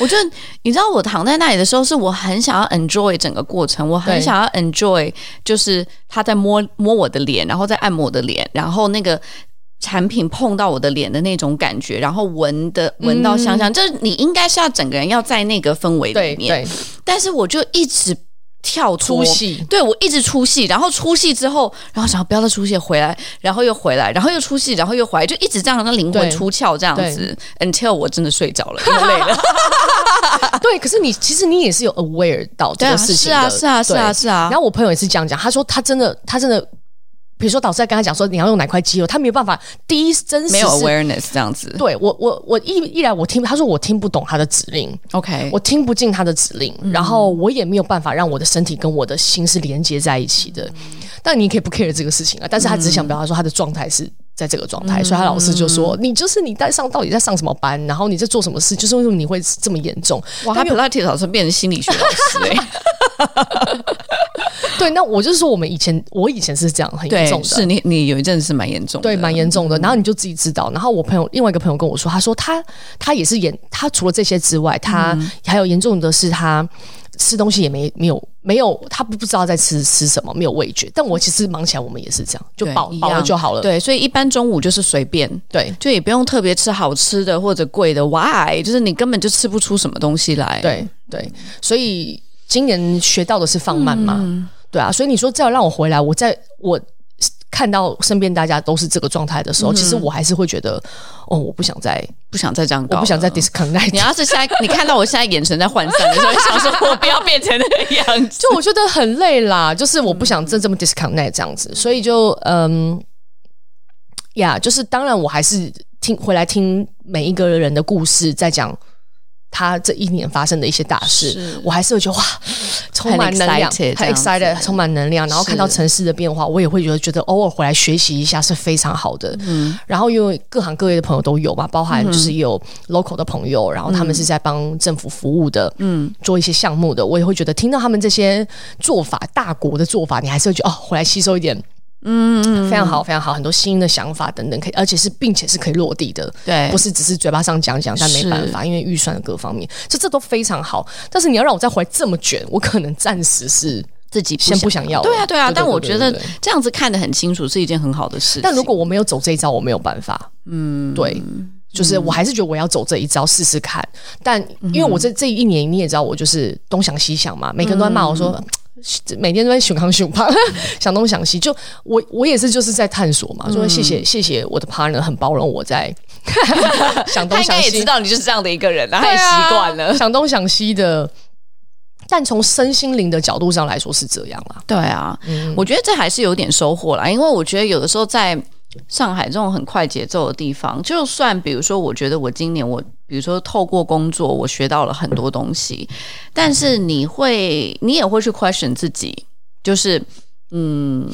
Speaker 2: 我就你知道，我躺在那里的时候，是我很想要 enjoy 整个过程，我很
Speaker 1: 对
Speaker 2: 想要 enjoy，就是他在摸摸我的脸，然后在按摩我的脸，然后那个。产品碰到我的脸的那种感觉，然后闻的闻到香香，就是你应该是要整个人要在那个氛围
Speaker 1: 嗯对
Speaker 2: 里面，
Speaker 1: 对，
Speaker 2: 但是我就一直跳
Speaker 1: 出
Speaker 2: 脱
Speaker 1: 戏
Speaker 2: 对我一直出戏，然后出戏之后，然后想要不要再出戏，回来，然后又回来，然后又出戏，然后又回来，就一直这样，让灵魂
Speaker 1: 对
Speaker 2: 出窍这样子，until 我真的睡着了，因为累了。
Speaker 1: 对。可是你其实你也是有 aware 到这
Speaker 2: 啊对啊，
Speaker 1: 个事
Speaker 2: 是
Speaker 1: 情的，
Speaker 2: 啊，是啊，是啊，
Speaker 1: 对。
Speaker 2: 是啊
Speaker 1: 然。后我朋友也是这样讲，他说他真的，他真的，比如说导师在跟他讲说你要用哪块肌肉，他没有办法第一真实
Speaker 2: 没有
Speaker 1: 是
Speaker 2: awareness 这样子
Speaker 1: 对我我我一一来我听，他说我听不懂他的指令，
Speaker 2: ，OK，
Speaker 1: 我听不进他的指令，然后我也没有办法让我的身体跟我的心是连接在一起的。但你可以不 care 这个事情啊，但是他只想表达说他的状态是在这个状态，所以他老师就说你就是你在上到底在上什么班，然后你在做什么事，就是为什么你会这么严重？
Speaker 2: 哇，他 Pilates 老师变成心理学老师 哎、
Speaker 1: 对，那我就是说我们以前我以前是这样很严重
Speaker 2: 对，
Speaker 1: 的，
Speaker 2: 是你你有一阵子是蛮严重的，
Speaker 1: 对，蛮严重
Speaker 2: 嗯
Speaker 1: 的。然后你就自己知道。然后我朋友另外一个朋友跟我说，他说他他也是严，他除了这些之外，他
Speaker 2: 嗯
Speaker 1: 还有严重的是他吃东西也没没有没有，他不不知道在吃吃什么，没有味觉。但我其实忙起来，我们也是这样，就
Speaker 2: 对
Speaker 1: 饱
Speaker 2: 一样
Speaker 1: 饱了就好了。
Speaker 2: 对，所以一般中午就是随便，
Speaker 1: 对
Speaker 2: 就也不用特别吃好吃的或者贵的，why？就是你根本就吃不出什么东西来，
Speaker 1: 对对，所以今年学到的是放慢嘛，
Speaker 2: 嗯
Speaker 1: 对啊。所以你说再让我回来，我在我。看到身边大家都是这个状态的
Speaker 2: 嗯
Speaker 1: 时候，其实我还是会觉得，哦，我不想再，
Speaker 2: 不想再这样搞
Speaker 1: 我
Speaker 2: 了，
Speaker 1: 不想再 disconnect
Speaker 2: 你要是现在你看到我现在眼神在涣散的时候，想说我不要变成那个样子。
Speaker 1: 就我觉得很累啦，就是我不想真这么 disconnect 这样子，所以就嗯，呀、就是当然我还是听回来听每一个人的故事，在讲他这一年发生的一些大事
Speaker 2: 是，
Speaker 1: 我还是会觉得哇，充满能量，很
Speaker 2: excited 这样子
Speaker 1: excited，充满能量，然后
Speaker 2: 是
Speaker 1: 看到城市的变化，我也会觉得觉得偶尔回来学习一下是非常好的。嗯，然后因为各行各业的朋友都有嘛，包含就是也有 local 的朋友，然后他们是在帮政府服务的，嗯，做一些项目的，我也会觉得听到他们这些做法，大国的做法，你还是会觉得哦，回来吸收一点。嗯，非常好，非常好，很多新的想法等等，可以，而且是并且是可以落地的，
Speaker 2: 对
Speaker 1: 不是只是嘴巴上讲讲，但没
Speaker 2: 是
Speaker 1: 办法，因为预算的各方面，就这都非常好。但是你要让我再回来这么卷，我可能暂时是
Speaker 2: 自己
Speaker 1: 先不想要了。
Speaker 2: 对啊，对啊，但我
Speaker 1: 对
Speaker 2: 觉
Speaker 1: 对
Speaker 2: 得
Speaker 1: 对
Speaker 2: 这样子看得很清楚是一件很好的事情。
Speaker 1: 但如果我没有走这一招，我没有办法。嗯，对，就是
Speaker 2: 嗯
Speaker 1: 我还是觉得我要走这一招试试看。但因为我这这一年你也知道，我就是东想西想嘛，每个人都在骂我说。
Speaker 2: 嗯
Speaker 1: 每天都在想康想胖， 想东想西，就我我也是就是在探索嘛，说谢
Speaker 2: 嗯
Speaker 1: 谢谢谢我的 partner 很包容我 在想东
Speaker 2: 他应
Speaker 1: 想
Speaker 2: 该也
Speaker 1: 西
Speaker 2: 知，道你就是这样的一个人了，他也
Speaker 1: 对啊
Speaker 2: 习惯了。
Speaker 1: 想东想西的。但从身心灵的角度上来说是这样啦，
Speaker 2: 对啊，我觉得这还是有点收获啦，因为我觉得有的时候在上海这种很快节奏的地方，就算比如说，我觉得我今年我比如说透过工作我学到了很多东西，但是你会你也会去 question 自己，就是嗯，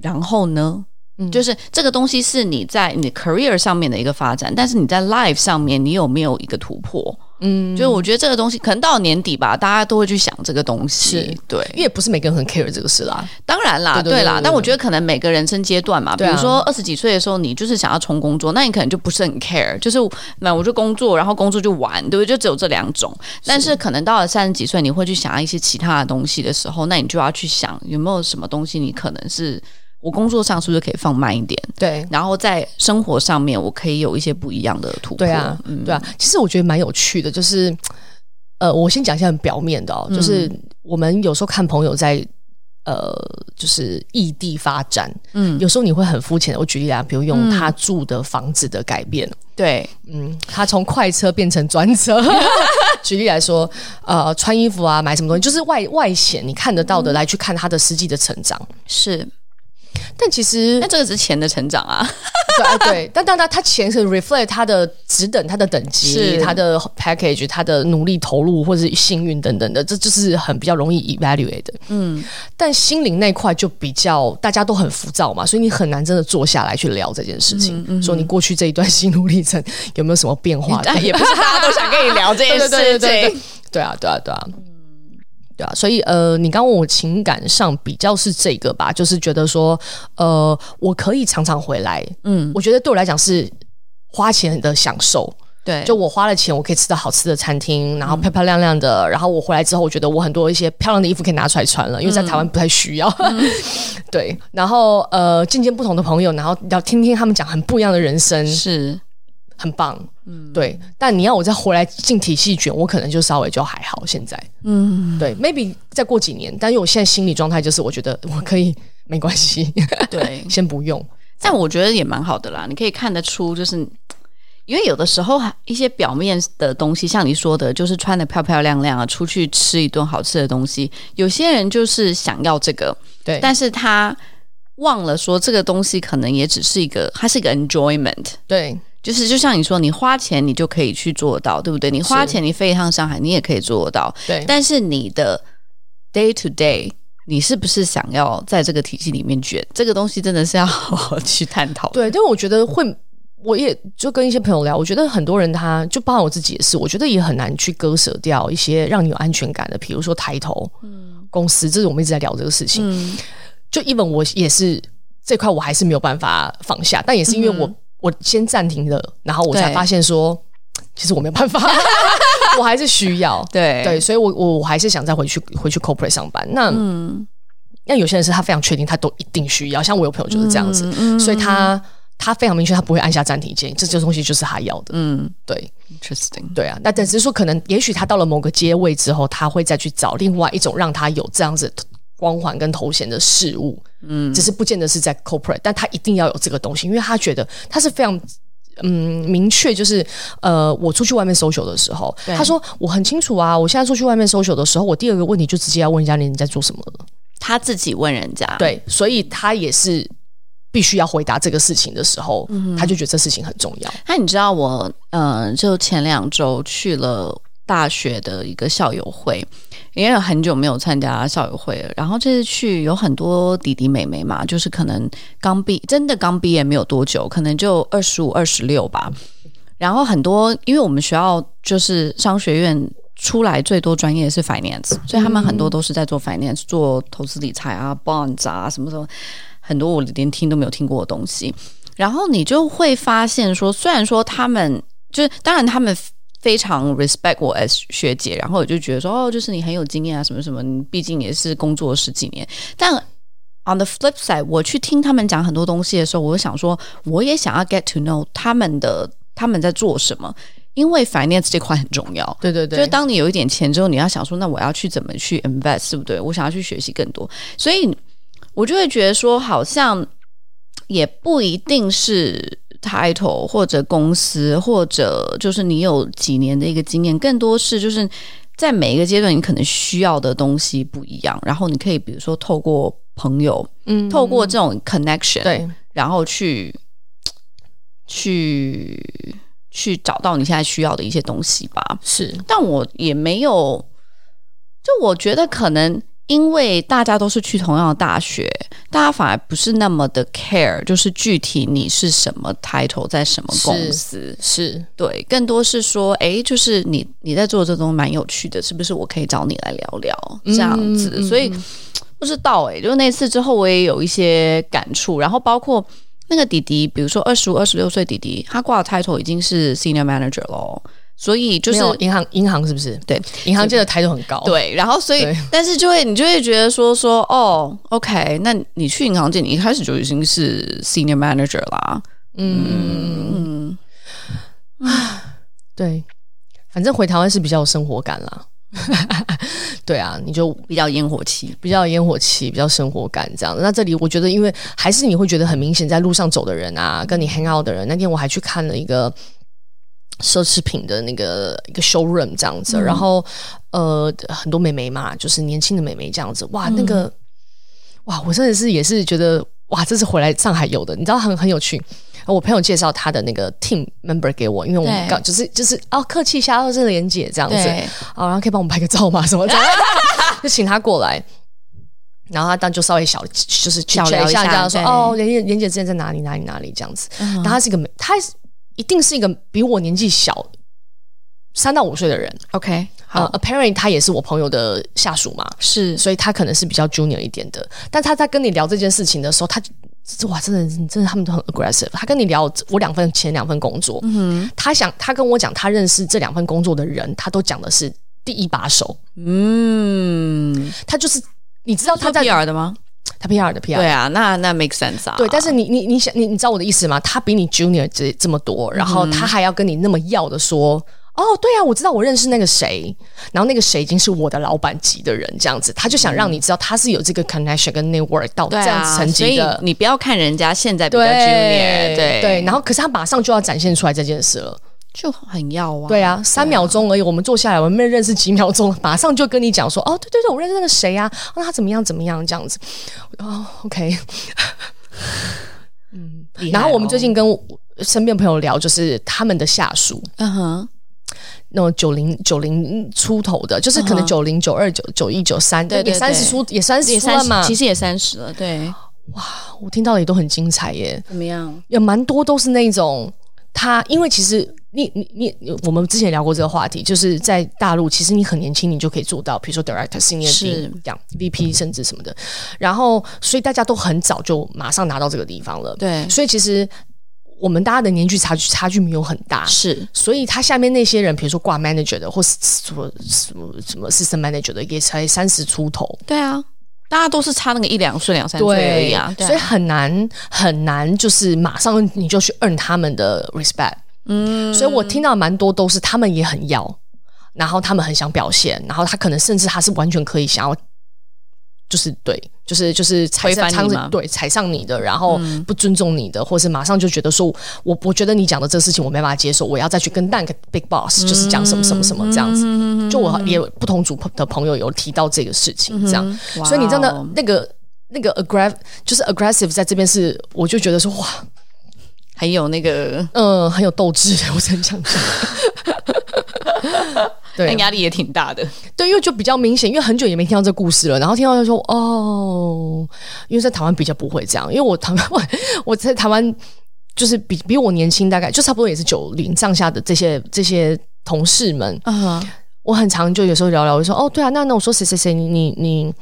Speaker 2: 然后呢？就是这个东西是你在你 career 上面的一个发展，但是你在 life 上面你有没有一个突破？嗯，就是我觉得这个东西可能到年底吧，大家都会去想这个东西。对，
Speaker 1: 因为不是每个人很 care 这个事啦。
Speaker 2: 当然
Speaker 1: 对
Speaker 2: 啦，
Speaker 1: 对对
Speaker 2: 啦
Speaker 1: 对，对
Speaker 2: 但我觉得可能每个人生阶段嘛，比
Speaker 1: 啊
Speaker 2: 如说二十几岁的时候，你就是想要冲工作，那你可能就不是很 care，就是那我就工作，然后工作就玩，对不对？就只有这两种。但是可能到了三十几岁，你会去想一些其他的东西的时候，那你就要去想有没有什么东西你可能是我工作上是不是可以放慢一点，
Speaker 1: 对，
Speaker 2: 然后在生活上面我可以有一些不一样的突破。
Speaker 1: 对啊，
Speaker 2: 嗯
Speaker 1: 对啊。其实我觉得蛮有趣的，就是呃，我先讲一下很表面的哦，
Speaker 2: 嗯
Speaker 1: 就是我们有时候看朋友在。呃，就是异地发展，嗯，有时候你会很肤浅的。我举例啊，比如
Speaker 2: 嗯
Speaker 1: 用他住的房子的改变，
Speaker 2: 对，
Speaker 1: 嗯，他从快车变成专车。 举例来说，呃，穿衣服啊，买什么东西，就是外外显你看得到的，来去看他的实际的成长。
Speaker 2: 是。
Speaker 1: 但其实
Speaker 2: 那这个只是钱的成长啊，
Speaker 1: 对啊对，但但他他钱是 reflect 他的职等、他的等级、
Speaker 2: 是
Speaker 1: 他的 package、他的努力投入或是幸运等等的，这就是很比较容易 evaluate 的。嗯，但心灵那块就比较大家都很浮躁嘛，所以你很难真的坐下来去聊这件事
Speaker 2: 嗯
Speaker 1: 情，说你过去这一段心路历程有没有什么变 化的？
Speaker 2: 但也不是大家都想跟你聊这件事 情。
Speaker 1: 对对对对对对啊，对啊，对啊。对啊，所以呃，你刚问我情感上比较是这个吧，就是觉得说，呃，我可以常常回来，嗯，我觉得对我来讲是花钱的享受，
Speaker 2: 对嗯
Speaker 1: 就我花了钱，我可以吃到好吃的餐厅，然后漂漂亮亮的，然后我回来之后，我觉得我很多一些漂亮的衣服可以拿出来穿
Speaker 2: 嗯
Speaker 1: 了，因为在台湾不太需要。 对，然后呃，见见不同的朋友，然后要听听他们讲很不一样的人生，
Speaker 2: 是
Speaker 1: 很棒。嗯，对。但你要我再回来进体系卷，我可能就稍微就还好。现在，嗯，对，maybe 再过几年，但因为我现在心理状态就是，我觉得我可以没关系，，
Speaker 2: 对
Speaker 1: 先不用。
Speaker 2: 但我觉得也蛮好的啦，你可以看得出，就是因为有的时候还一些表面的东西，像你说的，就是穿的漂漂亮亮啊，出去吃一顿好吃的东西，有些人就是想要这个，
Speaker 1: 对，
Speaker 2: 但是他忘了说这个东西可能也只是一个，它是一个 enjoyment。
Speaker 1: 对，
Speaker 2: 就是就像你说，你花钱你就可以去做到，对不对？你花钱你飞一趟上海，你也可以做得到。
Speaker 1: 对，
Speaker 2: 但是你的 day to day，你是不是想要在这个体系里面卷？这个东西真的是要 好好去探讨。
Speaker 1: 对，但我觉得会，我也就跟一些朋友聊，我觉得很多人他就包含我自己也是，我觉得也很难去割舍掉一些让你有安全感的，比如说抬头，
Speaker 2: 嗯
Speaker 1: 公司，这是我们一直在聊这个事情。就 even 我也是这块，我还是没有办法放下，但也是因为我、我先暂停了，然后我才
Speaker 2: 嗯对
Speaker 1: 发现说，其实我没有办 法，我还是需要。
Speaker 2: 对
Speaker 1: 对，所以我我我还是想再回去回去 corporate 上班。那嗯，那有些人是他非常确定，他都一定需要。像我有朋友就是这样子，所以他他非常明确，他不会按下暂停键，这这东西就是他要的。嗯，对
Speaker 2: i n t e r e s t i n g
Speaker 1: 对啊。那但只是说，可能也许他到了某个阶位之后，他会再去找另外一种让他有这样子。光环跟头衔的事物，嗯，只是不见得是在 corporate，但他一定要有这个东西，因为他觉得他是非常嗯明确，就是呃，我出去外面 social 的时候，
Speaker 2: 对
Speaker 1: 他说我很清楚啊，我现在出去外面 social 的时候，我第二个问题就直接要问人家你在做什么了。
Speaker 2: 他自己问人家，，
Speaker 1: 对，所以他也是必须要回答这个事情的时候，他就觉得这事情很重要。
Speaker 2: 那你知道我，嗯、就前两周去了大学的一个校友会，因为很久没有参加校友会了。然后这次去有很多弟弟妹妹嘛，就是可能刚毕，真的刚毕业没有多久，可能就二十五、二十六吧。然后很多，因为我们学校就是商学院出来最多专业是 finance，所以他们很多都是在做 finance，做投资理财啊、bonds 啊什么什么，很多我连听都没有听过的东西。然后你就会发现说，虽然说他们就是，当然他们非常 respect 我 as 学姐，然后我就觉得说，哦，就是你很有经验啊，什么什么，你毕竟也是工作了十几年。但 on the flip side，我去听他们讲很多东西的时候，我就想说，我也想要 get to know 他们的他们在做什么，因为 finance 这块很重要。
Speaker 1: 对对
Speaker 2: 就是当你有一点钱之后，你要想说，那我要去怎么去 invest，对不对？我想要去学习更多，所以我就会觉得说，好像也不一定是 title 或者公司，或者就是你有几年的一个经验，更多是就是在每一个阶段，你可能需要的东西不一样，然后你可以比如说透过朋友，
Speaker 1: 嗯
Speaker 2: 透过这种 connection，、
Speaker 1: 对
Speaker 2: 然后去去去找到你现在需要的一些东西吧。
Speaker 1: 是
Speaker 2: 但我也没有，就我觉得可能因为大家都是去同样的大学，大家反而不是那么的 care，就是具体你是什么 title，在什么公司，
Speaker 1: 是
Speaker 2: 对，更多是说，诶，就是你你在做这东西蛮有趣的，是不是？我可以找你来聊聊这样子，
Speaker 1: 嗯嗯
Speaker 2: 所以不知道诶，就是那次之后，我也有一些感触，然后包括。那个弟弟，比如说二十五、二十六岁弟弟，他挂的 title 已经是 senior manager 咯，所以就
Speaker 1: 就是是银行银行是不是？
Speaker 2: 对，
Speaker 1: 银行界的抬头很高。，
Speaker 2: 哦对，然后所以
Speaker 1: 对，
Speaker 2: 但是就会你就会觉得说说哦，OK，那你去银行界，你一开始就已经是 senior manager 啦，
Speaker 1: 嗯，
Speaker 2: 嗯，
Speaker 1: 对，反正回台湾是比较有生活感啦。 对啊，你就
Speaker 2: 比较烟火气，
Speaker 1: 比较有烟火气，比较生活感这样。那这里我觉得，因为还是你会觉得很明显，在路上走的人啊，跟你 hang out 的人，那天我还去看了一个奢侈品的那个一个 showroom 这样
Speaker 2: 嗯
Speaker 1: 子，然后呃很多美眉嘛，就是年轻的美眉这样子，
Speaker 2: 嗯
Speaker 1: 哇，那个、哇，我真的是也是觉得哇，这是回来上海有的，你知道很很有趣。我朋友介绍他的那个 team member 给我，因为我们
Speaker 2: 对
Speaker 1: 刚就是就是哦客气一下，哦，是莲姐这样子，
Speaker 2: 对，
Speaker 1: 哦，然后可以帮我们拍个照吗？什么的， 就请他过来。然后他当就稍微小，就是去
Speaker 2: 小聊
Speaker 1: check
Speaker 2: 一
Speaker 1: 一下，
Speaker 2: 下
Speaker 1: 这样说
Speaker 2: 对嗯
Speaker 1: 哦，莲姐莲姐之前在哪里哪里哪里这样子。然后他是一个，他一定是一个比我年纪小三到五岁的人。
Speaker 2: ，OK，好，
Speaker 1: 呃、，apparently 他也是我朋友的下属嘛，
Speaker 2: 是
Speaker 1: 所以他可能是比较 junior 一点的。但他在跟你聊这件事情的时候，他就哇，真的真的他们都很 aggressive。他跟你聊我两份前两份工作，嗯、他想他跟我讲他认识这两份工作的人，他都讲的是第一把手，
Speaker 2: 嗯，
Speaker 1: 他就是你知道他
Speaker 2: 他
Speaker 1: 在
Speaker 2: PR 的吗？
Speaker 1: 他 PR 的 PR
Speaker 2: 对啊，那那 make sense 啊，
Speaker 1: 对，但是你你你想你你知道我的意思吗？他比你 junior 这这么多，然
Speaker 2: 嗯
Speaker 1: 后他还要跟你那么要的说。哦，对啊，我知道，我认识那个谁，然后那个谁已经是我的老板级的人，这样子，他就想让你知道他是有这个 connection 跟 network 到这
Speaker 2: 嗯对
Speaker 1: 样
Speaker 2: 啊，
Speaker 1: 层
Speaker 2: 所
Speaker 1: 级
Speaker 2: 以
Speaker 1: 的，
Speaker 2: 你不要看人家现在比较
Speaker 1: 对
Speaker 2: junior，对
Speaker 1: 对，然后可是他马上就要展现出来这件事了，
Speaker 2: 就很要啊，
Speaker 1: 对啊，三秒钟而已，我们坐下来，我们认识几秒钟，马上就跟你讲说，哦，对对对，我认识那个谁啊，哦那他怎么样怎么样这样子，哦，OK，
Speaker 2: 厉害哦，
Speaker 1: 然后我们最近跟我身边朋友聊，就是他们的下属，
Speaker 2: 嗯哼，
Speaker 1: 那种九零九零出头的，就是可能
Speaker 2: 嗯哼
Speaker 1: 九零九二九九一九三，
Speaker 2: 对对
Speaker 1: 也三十
Speaker 2: 对
Speaker 1: 出也三
Speaker 2: 也
Speaker 1: 十出
Speaker 2: 三
Speaker 1: 了
Speaker 2: 十
Speaker 1: 嘛，。
Speaker 2: 其实也三十了，对，
Speaker 1: 我听到的也都很精彩耶，
Speaker 2: 怎么样？
Speaker 1: 有蛮多都是那种他，因为其实你你你你，我们之前聊过这个话题，就是在大陆，其实你很年轻，你就可以做到，比如说 director、senior
Speaker 2: 是
Speaker 1: D 这样 VP 甚至什么的。然后，所以大家都很早就马上拿到这个地方了。
Speaker 2: 对
Speaker 1: 所以其实我们大家的年纪差距差距没有很大，
Speaker 2: 是
Speaker 1: 所以他下面那些人，比如说挂 manager 的，或是什么什么什么 system manager 的，也才三十出头，
Speaker 2: 对啊，大家都是差那个一两岁、两三岁而已啊，对啊
Speaker 1: 所以很难很难，就是马上你就去 earn 他们的 respect。嗯，所以我听到蛮多都是他们也很要，然后他们很想表现，然后他可能甚至他是完全可以想要。就是对，就是就是踩上
Speaker 2: 推翻
Speaker 1: 踩
Speaker 2: 你
Speaker 1: 上
Speaker 2: 吗嗯
Speaker 1: 对踩上你的，然后不尊重你的，或是马上就觉得说，我我觉得你讲的这事情我没办法接受，我要再去跟那个 big boss 就是讲什么什么什么这样
Speaker 2: 嗯
Speaker 1: 子。就我也有不同组的朋友有提到这个事情，这样，
Speaker 2: 哇哦
Speaker 1: 所以你真的那个那个 aggressive 就是 aggressive 在这边是，我就觉得说哇，
Speaker 2: 很有那个，
Speaker 1: 嗯、很有斗志，我只能这样讲。
Speaker 2: 那
Speaker 1: 对
Speaker 2: 压力也挺大的。
Speaker 1: 对，因为就比较明显，因为很久也没听到这故事了，然后听到就说哦，因为在台湾比较不会这样，因为我台湾 我我在台湾就是比比我年轻，大概就差不多也是九零上下的这些这些同事们，
Speaker 2: 嗯，
Speaker 1: 我很常就有时候聊聊，我就说哦，对啊，那那我说谁谁谁，你你你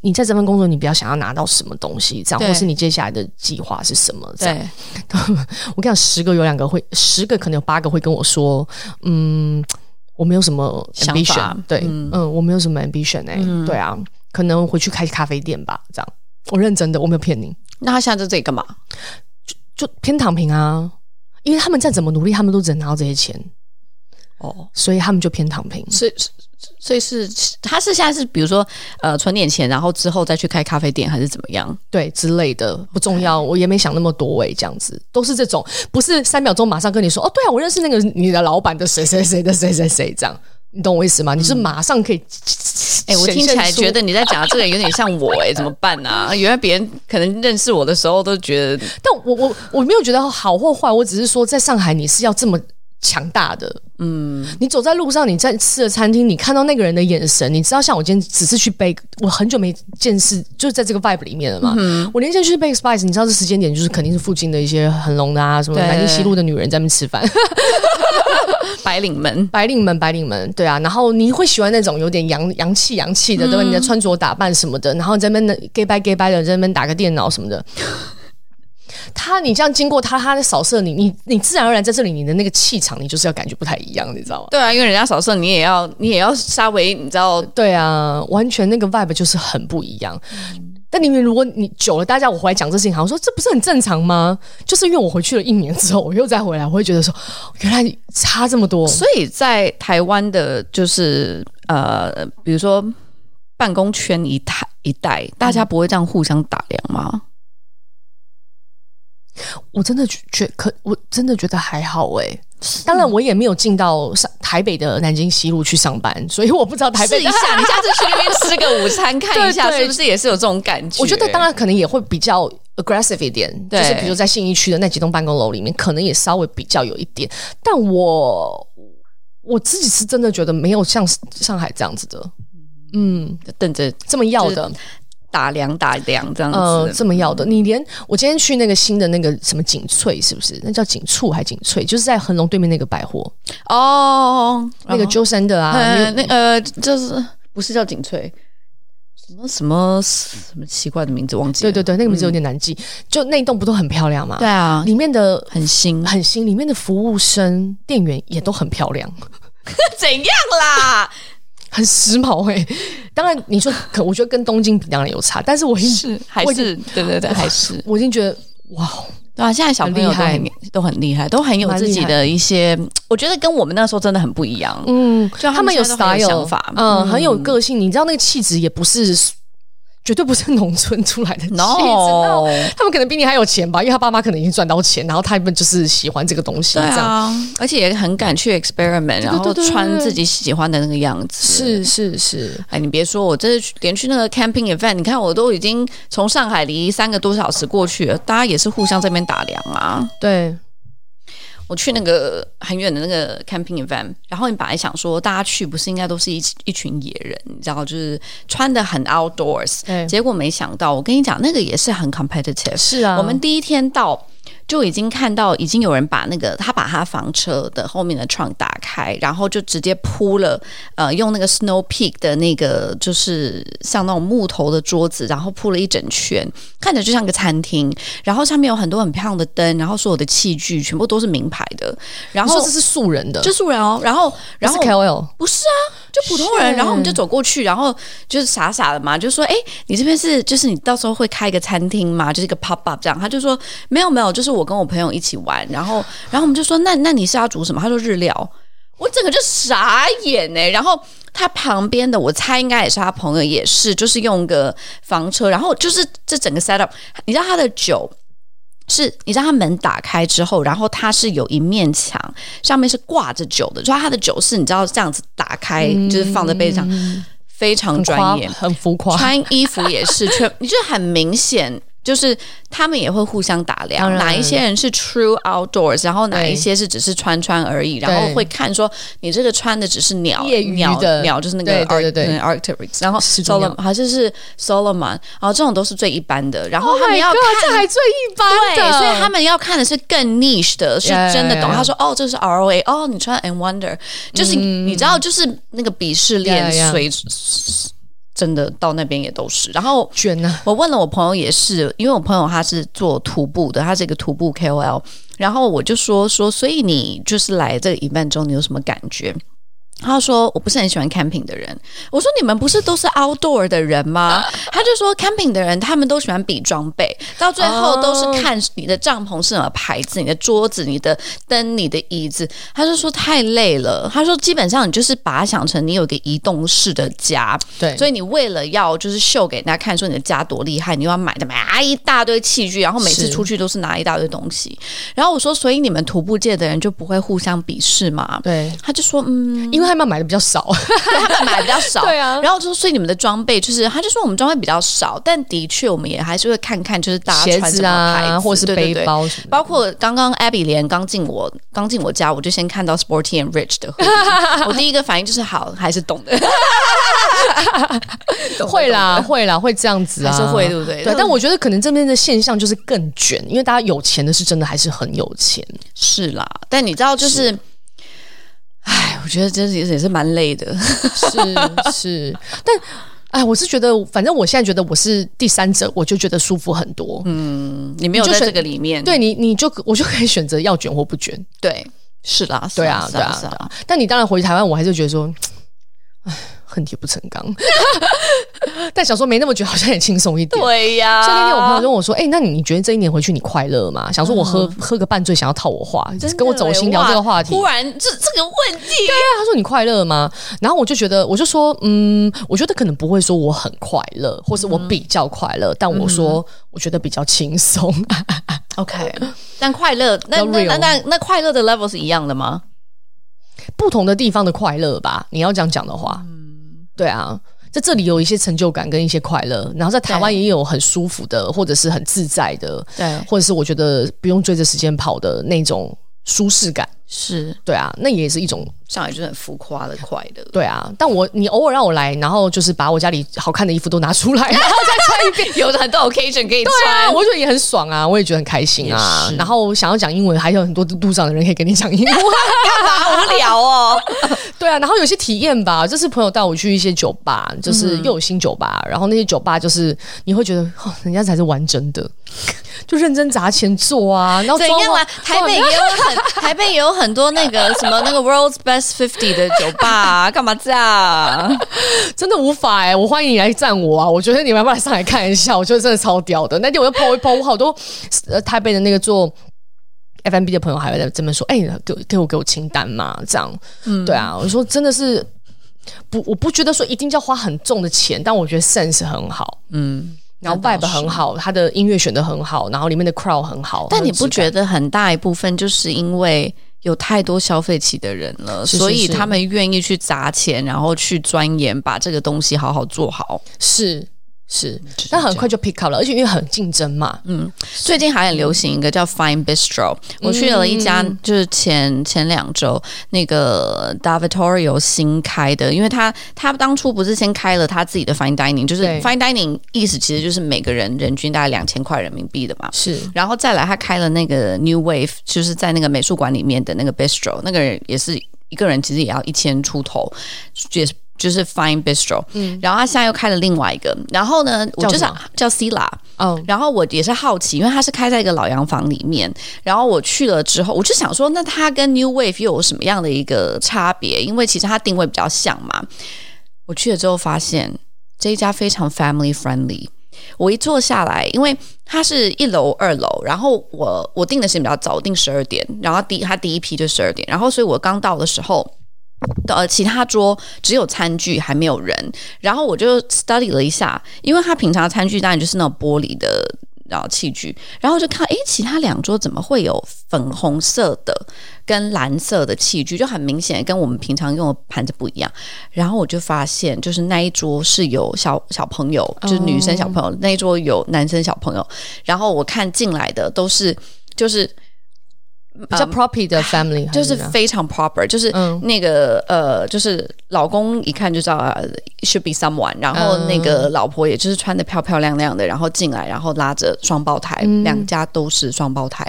Speaker 1: 你在这份工作，你比较想要拿到什么东西，这样，
Speaker 2: 对
Speaker 1: 或是你接下来的计划是什么？这样，
Speaker 2: 对，
Speaker 1: 我跟你讲，十个有两个会，十个可能有八个会跟我说，嗯，我没有什么
Speaker 2: 想
Speaker 1: ambition，
Speaker 2: 法嗯
Speaker 1: 对，嗯我没有什么 ambition 哎、对啊，可能回去开咖啡店吧，这样，我认真的，我没有骗你，
Speaker 2: 那他现在在这里干嘛？
Speaker 1: 就偏躺平啊，因为他们再怎么努力，他们都只能拿到这些钱，
Speaker 2: 哦，
Speaker 1: 所以他们就偏躺平。
Speaker 2: 所以所以是他是现在是比如说呃存点钱，然后之后再去开咖啡店，还是怎么样？
Speaker 1: 对之类的不重要，我也没想那么多诶，这样子都是这种，不是三秒钟马上跟你说哦，对啊，我认识那个你的老板的谁谁谁的谁谁谁这样，你懂我意思吗？你是马上可以，
Speaker 2: 嗯哎、我
Speaker 1: 显
Speaker 2: 听起
Speaker 1: 现
Speaker 2: 来
Speaker 1: 出
Speaker 2: 觉得你在讲的这个有点像我哎、怎么办 啊？原来别人可能认识我的时候都觉得
Speaker 1: 但我我我没有觉得好或坏，我只是说在上海你是要这么强大的。嗯，你走在路上，你在吃的餐厅，你看到那个人的眼神，你知道，像我今天只是去 Bake，我很久没见识，就是在这个 vibe 里面了嘛。我连线去 Bake Spice，你知道这时间点就是肯定是附近的一些很龙的啊，什么
Speaker 2: 对
Speaker 1: 南京西路的女人在那边吃饭，
Speaker 2: 白领们，
Speaker 1: 白领们，白领们，对啊。然后你会喜欢那种有点洋洋气洋气的，对吧？你的穿着打扮什么的，然后在那边 gay bye gay bye 的在那边打个电脑什么的。他，你这样经过他，他在扫射你，你你自然而然在这里，你的那个气场，你就是要感觉不太一样，你知道吗？
Speaker 2: 对啊，因为人家扫射，你也要你也要稍微你知道，
Speaker 1: 对啊，完全那个 vibe 就是很不一样。但你们如果你久了，大家我回来讲这事情，好像说这不是很正常吗？就是因为我回去了一年之后，我又再回来，我会觉得说，哦原来差这么多。
Speaker 2: 所以在台湾的，就是呃，比如说办公圈一带一带，大家不会这样互相打量吗？
Speaker 1: 我真的觉觉可，我真的觉得还好诶、当然，我也没有进到上台北的南京西路去上班，所以我不知道台
Speaker 2: 试
Speaker 1: 北
Speaker 2: 一 下，你下次去那边吃个午 餐，看一下
Speaker 1: 对对
Speaker 2: 是不是也是有这种感 觉？
Speaker 1: 我觉得当然可能也会比较 aggressive 一点，就
Speaker 2: 对
Speaker 1: 是比如说在信义区的那几栋办公楼里面，可能也稍微比较有一点。但我我自己是真的觉得没有像上海这样子的，嗯，
Speaker 2: 等着
Speaker 1: 这么要的
Speaker 2: 就，打量打量这样子。
Speaker 1: 呃，这么要的。你连我今天去那个新的那个什么景翠，是不是？那叫景簇还景翠，就是在恒隆对面那个百货，
Speaker 2: 哦，
Speaker 1: 那个
Speaker 2: 然后
Speaker 1: Jo 的啊，
Speaker 2: 呃，
Speaker 1: 你有
Speaker 2: 那呃，就是不是叫景翠，什么什么什么奇怪的名字忘记了。嗯
Speaker 1: 对对对，那个名字有点难记。就那一栋不都很漂亮吗？
Speaker 2: 对，啊，
Speaker 1: 里面的。
Speaker 2: 很新，
Speaker 1: 很新，里面的服务生、店员也都很漂亮。
Speaker 2: 怎样啦？
Speaker 1: 很时髦哎、当然，你说可，我觉得跟东京比当然有差，但是我已经
Speaker 2: 是啊还是对对对，还是
Speaker 1: 我已经觉得哇，
Speaker 2: 对啊！现在小朋友都
Speaker 1: 很
Speaker 2: 很都很厉害，都很有
Speaker 1: 蛮厉
Speaker 2: 自己
Speaker 1: 害
Speaker 2: 的一些，我觉得跟我们那时候真的很不一样。
Speaker 1: 嗯，
Speaker 2: 就
Speaker 1: 他
Speaker 2: 他
Speaker 1: 们
Speaker 2: 们
Speaker 1: 有
Speaker 2: 现在都很
Speaker 1: style
Speaker 2: 有想法
Speaker 1: 嗯，很有个性。你知道那个气质也不是，绝对不是农村出来的气质。
Speaker 2: no，
Speaker 1: 他们可能比你还有钱吧，因为他爸妈可能已经赚到钱，然后他们就是喜欢这个东西，
Speaker 2: 对
Speaker 1: 这样
Speaker 2: 啊，而且也很敢去 experiment，然后
Speaker 1: 对对对
Speaker 2: 穿自己喜欢的那个样子。
Speaker 1: 是是是，
Speaker 2: 哎，你别说，我这去连去那个 camping event，你看我都已经从上海离三个多小时过去了，大家也是互相这边打量啊。
Speaker 1: 对，
Speaker 2: 我去那个很远的那个 camping event，然后你本来想说大家去不是应该都是一一群野人，你知道，就是穿的很 outdoors，
Speaker 1: 对
Speaker 2: 结果没想到，我跟你讲，那个也是很 competitive。
Speaker 1: 是啊，
Speaker 2: 我们第一天到就已经看到，已经有人把那个他把他房车的后面的窗打开，然后就直接铺了，呃，用那个 Snow Peak 的那个就是像那种木头的桌子，然后铺了一整圈，看起来就像个餐厅，然后上面有很多很漂亮的灯，然后所有的器具全部都是名牌的，然
Speaker 1: 你说
Speaker 2: 后
Speaker 1: 这是素人的，
Speaker 2: 就是素人哦，然后然后
Speaker 1: KOL，
Speaker 2: 不是啊，就普通人。
Speaker 1: 是
Speaker 2: 然后我们就走过去，然后就是傻傻的嘛，就说：“哎，你这边是就是你到时候会开一个餐厅吗？就是一个 pop up 这样。”他就说：“没有没有，就是我跟我朋友一起玩。”然后然后我们就说：“那那你是要煮什么？”他说：“日料。”我整个就傻眼呢、然后他旁边的，我猜应该也是他朋友，也是就是用个房车，然后就是这整个 set up，你知道他的酒。是，你知道他门打开之后，然后它是有一面墙，上面是挂着酒的，就它的酒是你知道这样子打开，就是放在杯子上，非常
Speaker 1: 嗯很
Speaker 2: 专业
Speaker 1: 夸。很浮夸，
Speaker 2: 穿衣服也是，全你就很明显，就是他们也会互相打量，
Speaker 1: 当然
Speaker 2: 哪一些人是 true outdoors，然后哪
Speaker 1: 对
Speaker 2: 一些是只是穿穿而已，然后会看说你这个穿的只是鸟
Speaker 1: 业余
Speaker 2: 鸟
Speaker 1: 的
Speaker 2: 鸟，就是那个
Speaker 1: 对
Speaker 2: art,
Speaker 1: 对对对
Speaker 2: arcteryx，然后
Speaker 1: 始祖鸟
Speaker 2: solomon 好像是 solomon，然后这种都是最一般的，然 后
Speaker 1: Oh
Speaker 2: 他
Speaker 1: my
Speaker 2: 们要看
Speaker 1: God，这还最一般的，
Speaker 2: 对，所以他们要看的是更 niche 的，是
Speaker 1: Yeah,
Speaker 2: 真的懂。
Speaker 1: yeah, yeah.
Speaker 2: 他说：“哦，这是 ROA，哦，你穿 And Wonder，就是、你知道，就是那个鄙视链
Speaker 1: Yeah, yeah.
Speaker 2: 随真的到那边也都是。”然后
Speaker 1: 卷啊呢、
Speaker 2: 我问了我朋友也是，因为我朋友他是做徒步的，他是一个徒步 KOL，然后我就说说，所以你就是来这个 event 中，你有什么感觉？他说：“我不是很喜欢 camping 的人。”我说：“你们不是都是 outdoor 的人吗？”他就说：“camping 的人他们都喜欢比装备，到最后都是看你的帐篷是什么牌子、你的桌子、你的灯、你的椅子。”他就说：“太累了。”他说：“基本上你就是把它想成你有一个移动式的家，
Speaker 1: 对，
Speaker 2: 所以你为了要就是秀给大家看说你的家多厉害，你又要买的买啊一大堆器具，然后每次
Speaker 1: 是
Speaker 2: 出去都是拿一大堆东西。然后我说，所以你们徒步界的人就不会互相鄙视吗？
Speaker 1: 对，
Speaker 2: 他就说，嗯，
Speaker 1: 因为为他们买的比较少，
Speaker 2: 他们买比较少，
Speaker 1: 对 啊
Speaker 2: 然后就说，所以你们的装备就是，他就说我们装备比较少，但的确我们也还是会看看，就是大家
Speaker 1: 鞋
Speaker 2: 穿什
Speaker 1: 子
Speaker 2: 么牌
Speaker 1: 啊，
Speaker 2: 子，
Speaker 1: 或者是
Speaker 2: 对
Speaker 1: 背。
Speaker 2: 对对
Speaker 1: 包什么的。
Speaker 2: 包括刚刚 Abby 连刚进我刚进我家，我就先看到 Sporty and Rich 的 hoodie，我第一个反应就是好，还是懂的， 懂的
Speaker 1: 会啦，
Speaker 2: 懂的
Speaker 1: 会啦，会这样子啊，
Speaker 2: 还是会对不对
Speaker 1: 对，但我觉得可能这边的现象就是更卷，因为大家有钱的是真的还是很有钱，
Speaker 2: 是啦。但你知道，就是，哎，我觉得真是也是蛮累的。
Speaker 1: 是是，但。哎，我是觉得，反正我现在觉得我是第三者，我就觉得舒服很多。嗯，
Speaker 2: 你没有
Speaker 1: 就
Speaker 2: 在
Speaker 1: 选
Speaker 2: 这个里面，
Speaker 1: 对你，你就我就可以选择要卷或不卷。
Speaker 2: 对，是啦，是
Speaker 1: 对
Speaker 2: 啦
Speaker 1: 啊，
Speaker 2: 是
Speaker 1: 对
Speaker 2: 啦
Speaker 1: 啊
Speaker 2: 是，啦。
Speaker 1: 但你当然回台湾，我还是觉得说，唉，恨铁不成钢。 但想说没那么久，好像也轻松一点。
Speaker 2: 对啊呀、
Speaker 1: 像啊那天我朋友就问我说：“哎、那你觉得这一年回去你快乐吗？”想说我喝、喝个半醉，想要套我话，
Speaker 2: 嗯真的欸
Speaker 1: 跟我走心聊这个话题。
Speaker 2: 哇忽然这这个问题，
Speaker 1: 对啊，他说你快乐吗？然后我就觉得，我就说，嗯，我觉得可能不会说我很快乐，或是我
Speaker 2: 嗯
Speaker 1: 比较快乐，但我说我觉得比较轻松。
Speaker 2: OK，但快乐，那
Speaker 1: 要
Speaker 2: 那
Speaker 1: real
Speaker 2: 那那那快乐的 level 是一样的吗？
Speaker 1: 不同的地方的快乐吧。你要这样讲的话，对啊，在这里有一些成就感跟一些快乐，然后在台湾
Speaker 2: 对
Speaker 1: 也有很舒服的，或者是很自在的，
Speaker 2: 对
Speaker 1: 或者是我觉得不用追着时间跑的那种舒适感。
Speaker 2: 是
Speaker 1: 对啊，那也是一种
Speaker 2: 上来就是很浮夸的快乐。
Speaker 1: 对啊。但我你偶尔让我来，然后就是把我家里好看的衣服都拿出 来，然后再穿一遍。
Speaker 2: 有的很多 occasion 可以
Speaker 1: 对啊，
Speaker 2: 穿，
Speaker 1: 我觉得也很爽啊，我也觉得很开心啊
Speaker 2: 也。是
Speaker 1: 然后想要讲英文，还有很多路上的人可以跟你讲英文。啊
Speaker 2: 好无聊哦。
Speaker 1: 对啊，然后有些体验吧，就是朋友带我去一些酒吧，就是
Speaker 2: 嗯
Speaker 1: 又有新酒吧，然后那些酒吧就是你会觉得，哦，人家才是玩真的， 就认真砸钱做啊，然后
Speaker 2: 怎
Speaker 1: 装
Speaker 2: 样
Speaker 1: 潢
Speaker 2: 啦？台北也有 很台北也有很多那个什么那个 World's Best Fifty 的酒吧、啊，干嘛 这样？
Speaker 1: 真的无法哎、我欢迎你来赞我啊！我觉得你们要不要来上来看一下？我觉得真的超屌的。那天我就 PO 一 PO，我好多呃台北的那个做 FMB 的朋友还会在这边说，哎、给我给我给我清单嘛，这样，
Speaker 2: 嗯
Speaker 1: 对啊，我说真的是不，我不觉得说一定要花很重的钱，但我觉得 sense 很好，
Speaker 2: 嗯，
Speaker 1: 然后 vibe 很好，他的音乐选的很好，然后里面的 crowd 很好，
Speaker 2: 但你不
Speaker 1: 得？
Speaker 2: 觉得很大一部分就是因为有太多消费起的人了，
Speaker 1: 是是
Speaker 2: 所以
Speaker 1: 是
Speaker 2: 他们愿意去砸钱，然后去钻研，把这个东西好好做好。
Speaker 1: 是是，但很快就 pick up 了，而且因为很竞争嘛，
Speaker 2: 嗯最近还很流行一个叫 Fine Bistro，我去了一家，
Speaker 1: 嗯
Speaker 2: 就是前前两周那个 Davitorio 新开的，因为他他当初不是先开了他自己的 Fine Dining，就是
Speaker 1: 对
Speaker 2: Fine Dining 意思其实就是每个人人均大概两千块人民币的嘛。
Speaker 1: 是
Speaker 2: 然后再来，他开了那个 New Wave，就是在那个美术馆里面的那个 Bistro，那个人也是一个人，其实也要一千出头，也是就是 Fine Bistro。嗯，然后他现在又开了另外一个，然后呢，我
Speaker 1: 叫
Speaker 2: 就
Speaker 1: 什
Speaker 2: 想叫 Sila。
Speaker 1: 哦，
Speaker 2: 然后我也是好奇，因为它是开在一个老洋房里面，然后我去了之后，我就想说，那它跟 New Wave 又有什么样的一个差别？因为其实它定位比较像嘛。我去了之后发现这一家非常 family friendly。我一坐下来，因为它是一楼、二楼，然后我我订的时间比较早，我订十二点，然后第它第一批就十二点，然后所以我刚到的时候，呃，其他桌只有餐具还没有人，然后我就 study 了一下，因为他平常餐具当然就是那种玻璃的。然后器具，然后就看，诶，其他两桌怎么会有粉红色的跟蓝色的器具？就很明显跟我们平常用的盘子不一样。然后我就发现，就是那一桌是有小 小朋友，就是女生小朋友，那一桌有男生小朋友。然后我看进来的都是，就是
Speaker 1: 比较 proper 的 family，
Speaker 2: 嗯 就
Speaker 1: 还
Speaker 2: 是
Speaker 1: 怎样
Speaker 2: 非常 proper，就是
Speaker 1: 嗯
Speaker 2: 那个、呃，就是老公一看就知道啊 should be someone，然后
Speaker 1: 嗯
Speaker 2: 那个老婆也就是穿的漂漂亮亮的，然后进来，然后拉着双胞胎，
Speaker 1: 嗯
Speaker 2: 两家都是双胞胎。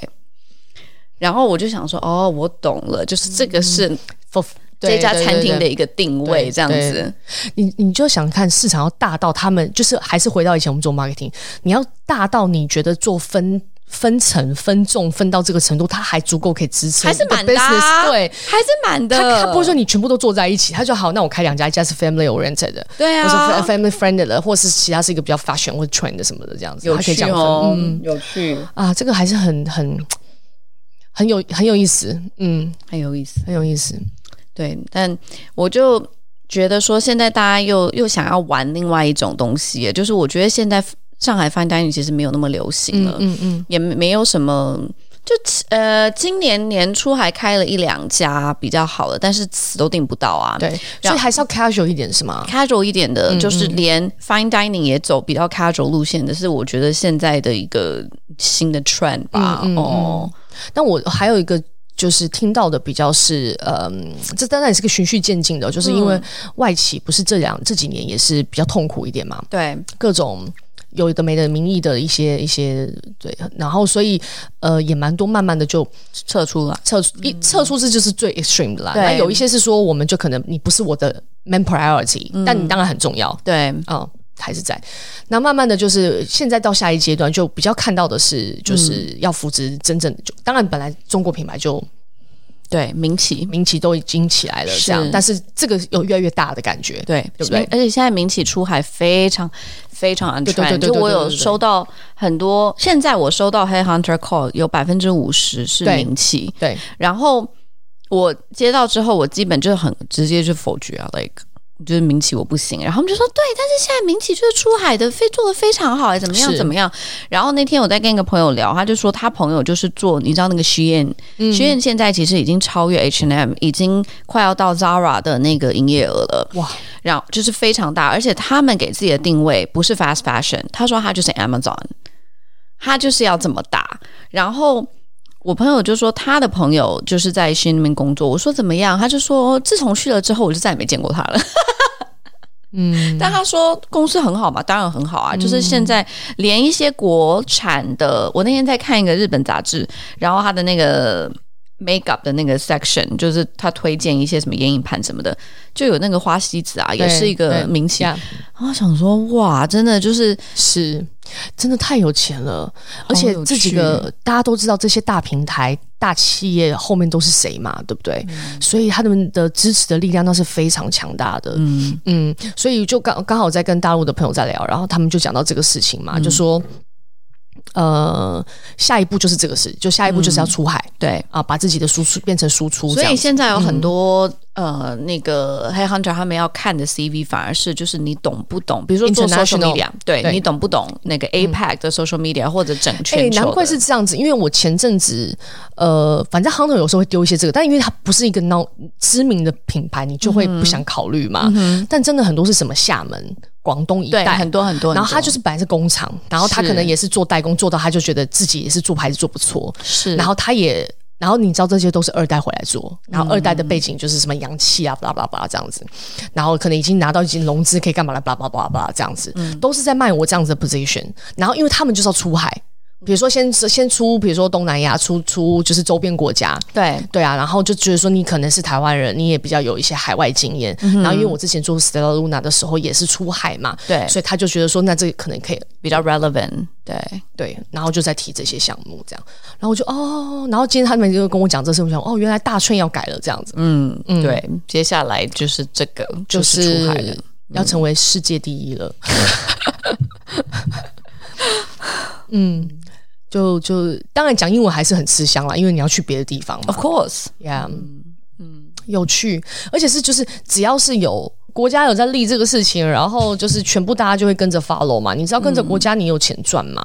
Speaker 2: 然后我就想说，哦，我懂了，就是这个是
Speaker 1: for 嗯
Speaker 2: 这
Speaker 1: 对
Speaker 2: 家
Speaker 1: 对
Speaker 2: 餐
Speaker 1: 对
Speaker 2: 厅
Speaker 1: 对
Speaker 2: 的一个定位，
Speaker 1: 对
Speaker 2: 这样
Speaker 1: 对
Speaker 2: 子。
Speaker 1: 你你就想看市场要哦大到他们，就是还是回到以前我们做 marketing，你要大到你觉得做分。分层、分众、分到这个程度，它还足够可以支撑
Speaker 2: 还是
Speaker 1: 一个
Speaker 2: 满的啊
Speaker 1: business。对，
Speaker 2: 还是满的，
Speaker 1: 他他不会说你全部都坐在一起，他就好。那我开两家，一家是 family oriented 的，
Speaker 2: 对
Speaker 1: 或是
Speaker 2: 啊
Speaker 1: fa-，family friendly 的，或是其他是一个比较 fashion 或 trend 的什么的这样子，
Speaker 2: 有
Speaker 1: 他可以
Speaker 2: 趣
Speaker 1: 这样分。
Speaker 2: 哦，
Speaker 1: 嗯
Speaker 2: 有趣，
Speaker 1: 啊，这个还是很很很有很有意思，嗯，
Speaker 2: 很有意思。
Speaker 1: 很有意思。
Speaker 2: 对，但我就觉得说，现在大家又又想要玩另外一种东西耶，就是我觉得现在上海 fine dining 其实没有那么流行了，
Speaker 1: 嗯嗯，
Speaker 2: 也没有什么就呃，今年年初还开了一两家比较好的，但是死都订不到啊。
Speaker 1: 对，嗯所以还是要 casual 一点是吗？
Speaker 2: casual 一点的，就是连 fine dining 也走比较 casual 路线的，是我觉得现在的一个新的 trend 吧。
Speaker 1: 嗯
Speaker 2: 哦，
Speaker 1: 那我还有一个。就是听到的比较是，嗯，这当然也是个循序渐进的，就是因
Speaker 2: 嗯
Speaker 1: 为外企不是这两这几年也是比较痛苦一点嘛，
Speaker 2: 对，
Speaker 1: 各种有的没的名义的一些一些对，然后所以呃也蛮多，慢慢的就
Speaker 2: 撤出了。
Speaker 1: 撤出一撤出这就是最 extreme 的啦。
Speaker 2: 嗯对
Speaker 1: 那有一些是说，我们就可能你不是我的 main priority，、但
Speaker 2: 嗯
Speaker 1: 你当然很重要，
Speaker 2: 对，
Speaker 1: 嗯，还是在。那慢慢的就是现在到下一阶段，就比较看到的是，
Speaker 2: 嗯
Speaker 1: 就是要扶植真正的，就当然本来中国品牌就
Speaker 2: 对，民企，
Speaker 1: 民企都已经起来了，
Speaker 2: 是
Speaker 1: 这样，但是这个有越来越大的感觉。
Speaker 2: 对，
Speaker 1: 对不对
Speaker 2: 而且现在民企出海非常非常安
Speaker 1: 对对
Speaker 2: 全，
Speaker 1: 对对
Speaker 2: 就我有
Speaker 1: 对对对
Speaker 2: 收到很多，现在我收到 headhunter call 有百分之五十是
Speaker 1: 对
Speaker 2: 民企，
Speaker 1: 对，
Speaker 2: 然后我接到之后，我基本就是很直接就否决啊，like。就是民企我不行，然后他们就说对，但是现在民企就是出海的，非做的非常好，哎怎么样
Speaker 1: 是
Speaker 2: 怎么样。然后那天我在跟一个朋友聊，他就说他朋友就是做，你知道那个 Shein，Shein、Shein
Speaker 1: 嗯
Speaker 2: 现在其实已经超越 H&M，已经快要到 Zara 的那个营业额了。
Speaker 1: 哇，
Speaker 2: 然后就是非常大，而且他们给自己的定位不是 fast fashion，他说他就是 Amazon，他就是要这么大。然后我朋友就说他的朋友就是在新那边工作，我说怎么样？他就说自从去了之后，我就再也没见过他了。嗯， 但他说公司很好嘛，当然很好啊。就是现在连一些国产的，我那天在看一个日本杂志，然后他的那个 makeup 的那个 section，就是他推荐一些什么眼影盘什么的，就有那个花西子啊，也是一个明星。
Speaker 1: 呀
Speaker 2: 然后我想说，哇，真的就是
Speaker 1: 是真的太有钱了，而且
Speaker 2: 有
Speaker 1: 这几
Speaker 2: 趣
Speaker 1: 个大家都知道，这些大平台、大企业后面都是谁嘛，对不对？
Speaker 2: 嗯
Speaker 1: 所以他们的支持的力量那是非常强大的。嗯嗯，所以就刚刚好在跟大陆的朋友在聊，然后他们就讲到这个事情
Speaker 2: 嗯
Speaker 1: 嘛，就说。呃，下一步就是这个事，就下一步就是要出海、
Speaker 2: 对。
Speaker 1: 啊，把自己的输出变成输出，这
Speaker 2: 嗯所
Speaker 1: 样
Speaker 2: 以
Speaker 1: 子
Speaker 2: 现在有很多、呃，那个黑 hunter 他们要看的 CV 反而是就是你懂不懂，比如说做 social
Speaker 1: International，
Speaker 2: media，对嗯
Speaker 1: 对
Speaker 2: 你懂不懂那个 APEC 的 social media、或者整
Speaker 1: 哎、
Speaker 2: 全球的、
Speaker 1: 难怪是这样子，因为我前阵子，呃，反正 Hunter 有时候会丢一些这个，但因为它不是一个 no 知名的品牌，你就会不
Speaker 2: 嗯
Speaker 1: 想考虑嘛。但真的很多是什么厦门、广东一
Speaker 2: 对
Speaker 1: 带
Speaker 2: 很。多很多，
Speaker 1: 然后他
Speaker 2: 很多
Speaker 1: 就是本来是工厂，然后他
Speaker 2: 是
Speaker 1: 可能也是做代工，做到他就觉得自己也是做牌子做不错，
Speaker 2: 是，
Speaker 1: 然后他也，然后你知道这些都是二代回来做，然后二代的背景就是什么洋气啊，巴拉巴拉巴拉这样子，然后可能已经拿到已经融资可以干嘛了，巴拉巴拉巴拉巴拉这样子，
Speaker 2: 嗯
Speaker 1: 都是在卖我这样子的 position。然后因为他们就是要出海，比如说先先出，比如说东南亚，出出就是周边国家。
Speaker 2: 对
Speaker 1: 对啊，然后就觉得说你可能是台湾人，你也比较有一些海外经验。
Speaker 2: 嗯
Speaker 1: 然后因为我之前做 Stella Luna 的时候也是出海嘛，
Speaker 2: 对
Speaker 1: 所以他就觉得说那这个可能可以
Speaker 2: 比较 relevant，对，
Speaker 1: 对，然后就在提这些项目这样，然后我就哦，然后今天他们就跟我讲这事，我想哦，原来大顺要改了这样子，
Speaker 2: 嗯对，接下来就是这个
Speaker 1: 就
Speaker 2: 就是出海了嗯
Speaker 1: 是。要成为世界第一了。 嗯，嗯就就当然讲英文还是很吃香啦，因为你要去别的地方嘛
Speaker 2: Of course，
Speaker 1: ，Yeah，嗯，有趣，而且是就是只要是有。国家有在立这个事情，然后就是全部大家就会跟着 follow 嘛。你知道跟着
Speaker 2: 嗯
Speaker 1: 国家，你有钱赚嘛？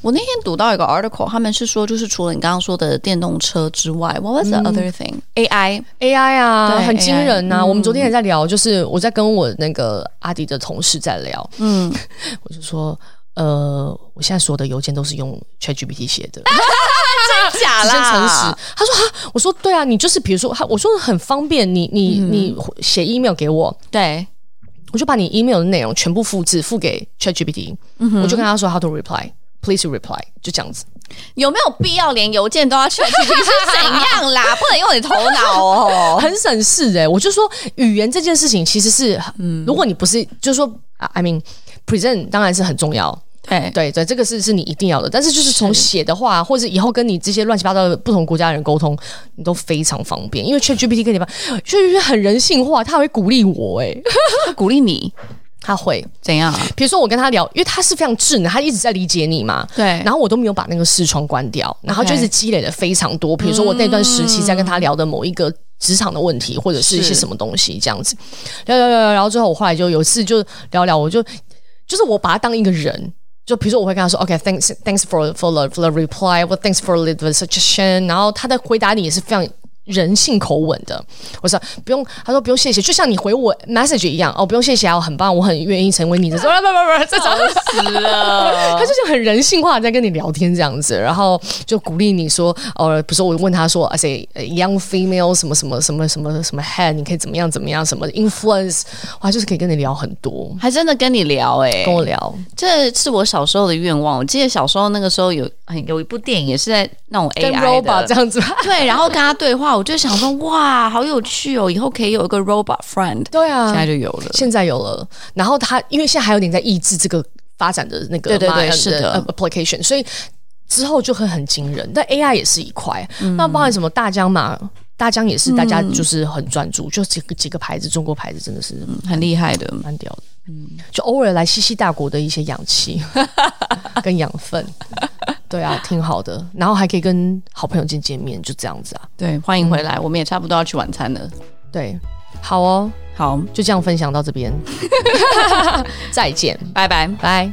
Speaker 2: 我那天读到一个 article，他们是说，就是除了你刚刚说的电动车之外，What was the other thing？AI，
Speaker 1: AI 啊，
Speaker 2: 对
Speaker 1: 很惊
Speaker 2: AI
Speaker 1: 人呐、我们昨天也在聊，就是我在跟我那个阿迪的同事在聊，嗯，我就说，呃，我现在所有的邮件都是用 ChatGPT 写的，
Speaker 2: 假
Speaker 1: 直接诚实。他说哈，我说对啊，你就是比如说，他我说很方便，你你、你写 email 给我，
Speaker 2: 对，
Speaker 1: 我就把你 email 的内容全部复制付给 ChatGPT，、我就跟他说 how to reply。Please reply，就这样子。
Speaker 2: 有没有必要连邮件都要 ChatGPT 是怎样 啦？不能用你头脑哦。
Speaker 1: 很省事哎、我就说语言这件事情其实是，如果你不是，就是说啊，I mean present 当然是很重要，
Speaker 2: 对
Speaker 1: 对对，这个是是你一定要的。但是就是从写的话，或者以后跟你这些乱七八糟的不同国家的人沟通，你都非常方便，因为 ChatGPT 跟你吧，ChatGPT 很人性化，他会鼓励我哎、
Speaker 2: 他鼓励你
Speaker 1: 他会。
Speaker 2: 怎样啊？
Speaker 1: 比如说我跟他聊，因为他是非常智能，他一直在理解你嘛。
Speaker 2: 对
Speaker 1: 然后我都没有把那个视窗关掉，然后就一直积累了非常多。比如说我那段时期在跟他聊的某一个职场的问题，或者是一些什么东西这样子，聊聊聊聊，然后最后我后来就有一次就聊聊，我就就是我把他当一个人。就比如说我会跟他说，OK，thanks、thanks for for the for the reply，或 thanks for the the suggestion，然后他的回答你也是非常。人性口吻的，我说不用，他说不用谢谢，就像你回我 message 一样，哦，不用谢谢啊，我很棒，我很愿意成为你的，不不不不，这种
Speaker 2: 死了，
Speaker 1: 他就是很人性化地在跟你聊天这样子，然后就鼓励你说，哦，比如说我问他说，而且 young female 什么什么什么什么什么 head，你可以怎么样怎么样，什么 influence，哇，就是可以跟你聊很多，
Speaker 2: 还真的跟你聊哎、
Speaker 1: 跟我聊，
Speaker 2: 这是我小时候的愿望。我记得小时候那个时候有哎有一部电影也是在那种
Speaker 1: 跟
Speaker 2: AI 的
Speaker 1: robot 这 样子，
Speaker 2: 对，然后跟他对话，我就想说哇，好有趣哦，以后可以有一个 robot friend，、
Speaker 1: 对啊，
Speaker 2: 现在就有了。
Speaker 1: 现在有了，然后他因为现在还有点在抑制这个发展的那个
Speaker 2: 对对对
Speaker 1: Mayan
Speaker 2: 是的
Speaker 1: 呃 application，所以之后就会很惊人。但 AI 也是一块，啊
Speaker 2: 嗯
Speaker 1: 那包含什么大疆嘛？大疆也是，大家就是很专注，就几个几个牌子，中国牌子真的是
Speaker 2: 嗯很厉害的，
Speaker 1: 蛮屌的。就偶尔来吸吸大国的一些氧气 跟养分，对啊，挺好的。然后还可以跟好朋友见见面，就这样子啊。
Speaker 2: 对，欢迎回来，我们也差不多要去晚餐了。
Speaker 1: 对，好哦，
Speaker 2: 好，
Speaker 1: 就这样分享到这边，再见，
Speaker 2: 拜拜。
Speaker 1: 拜。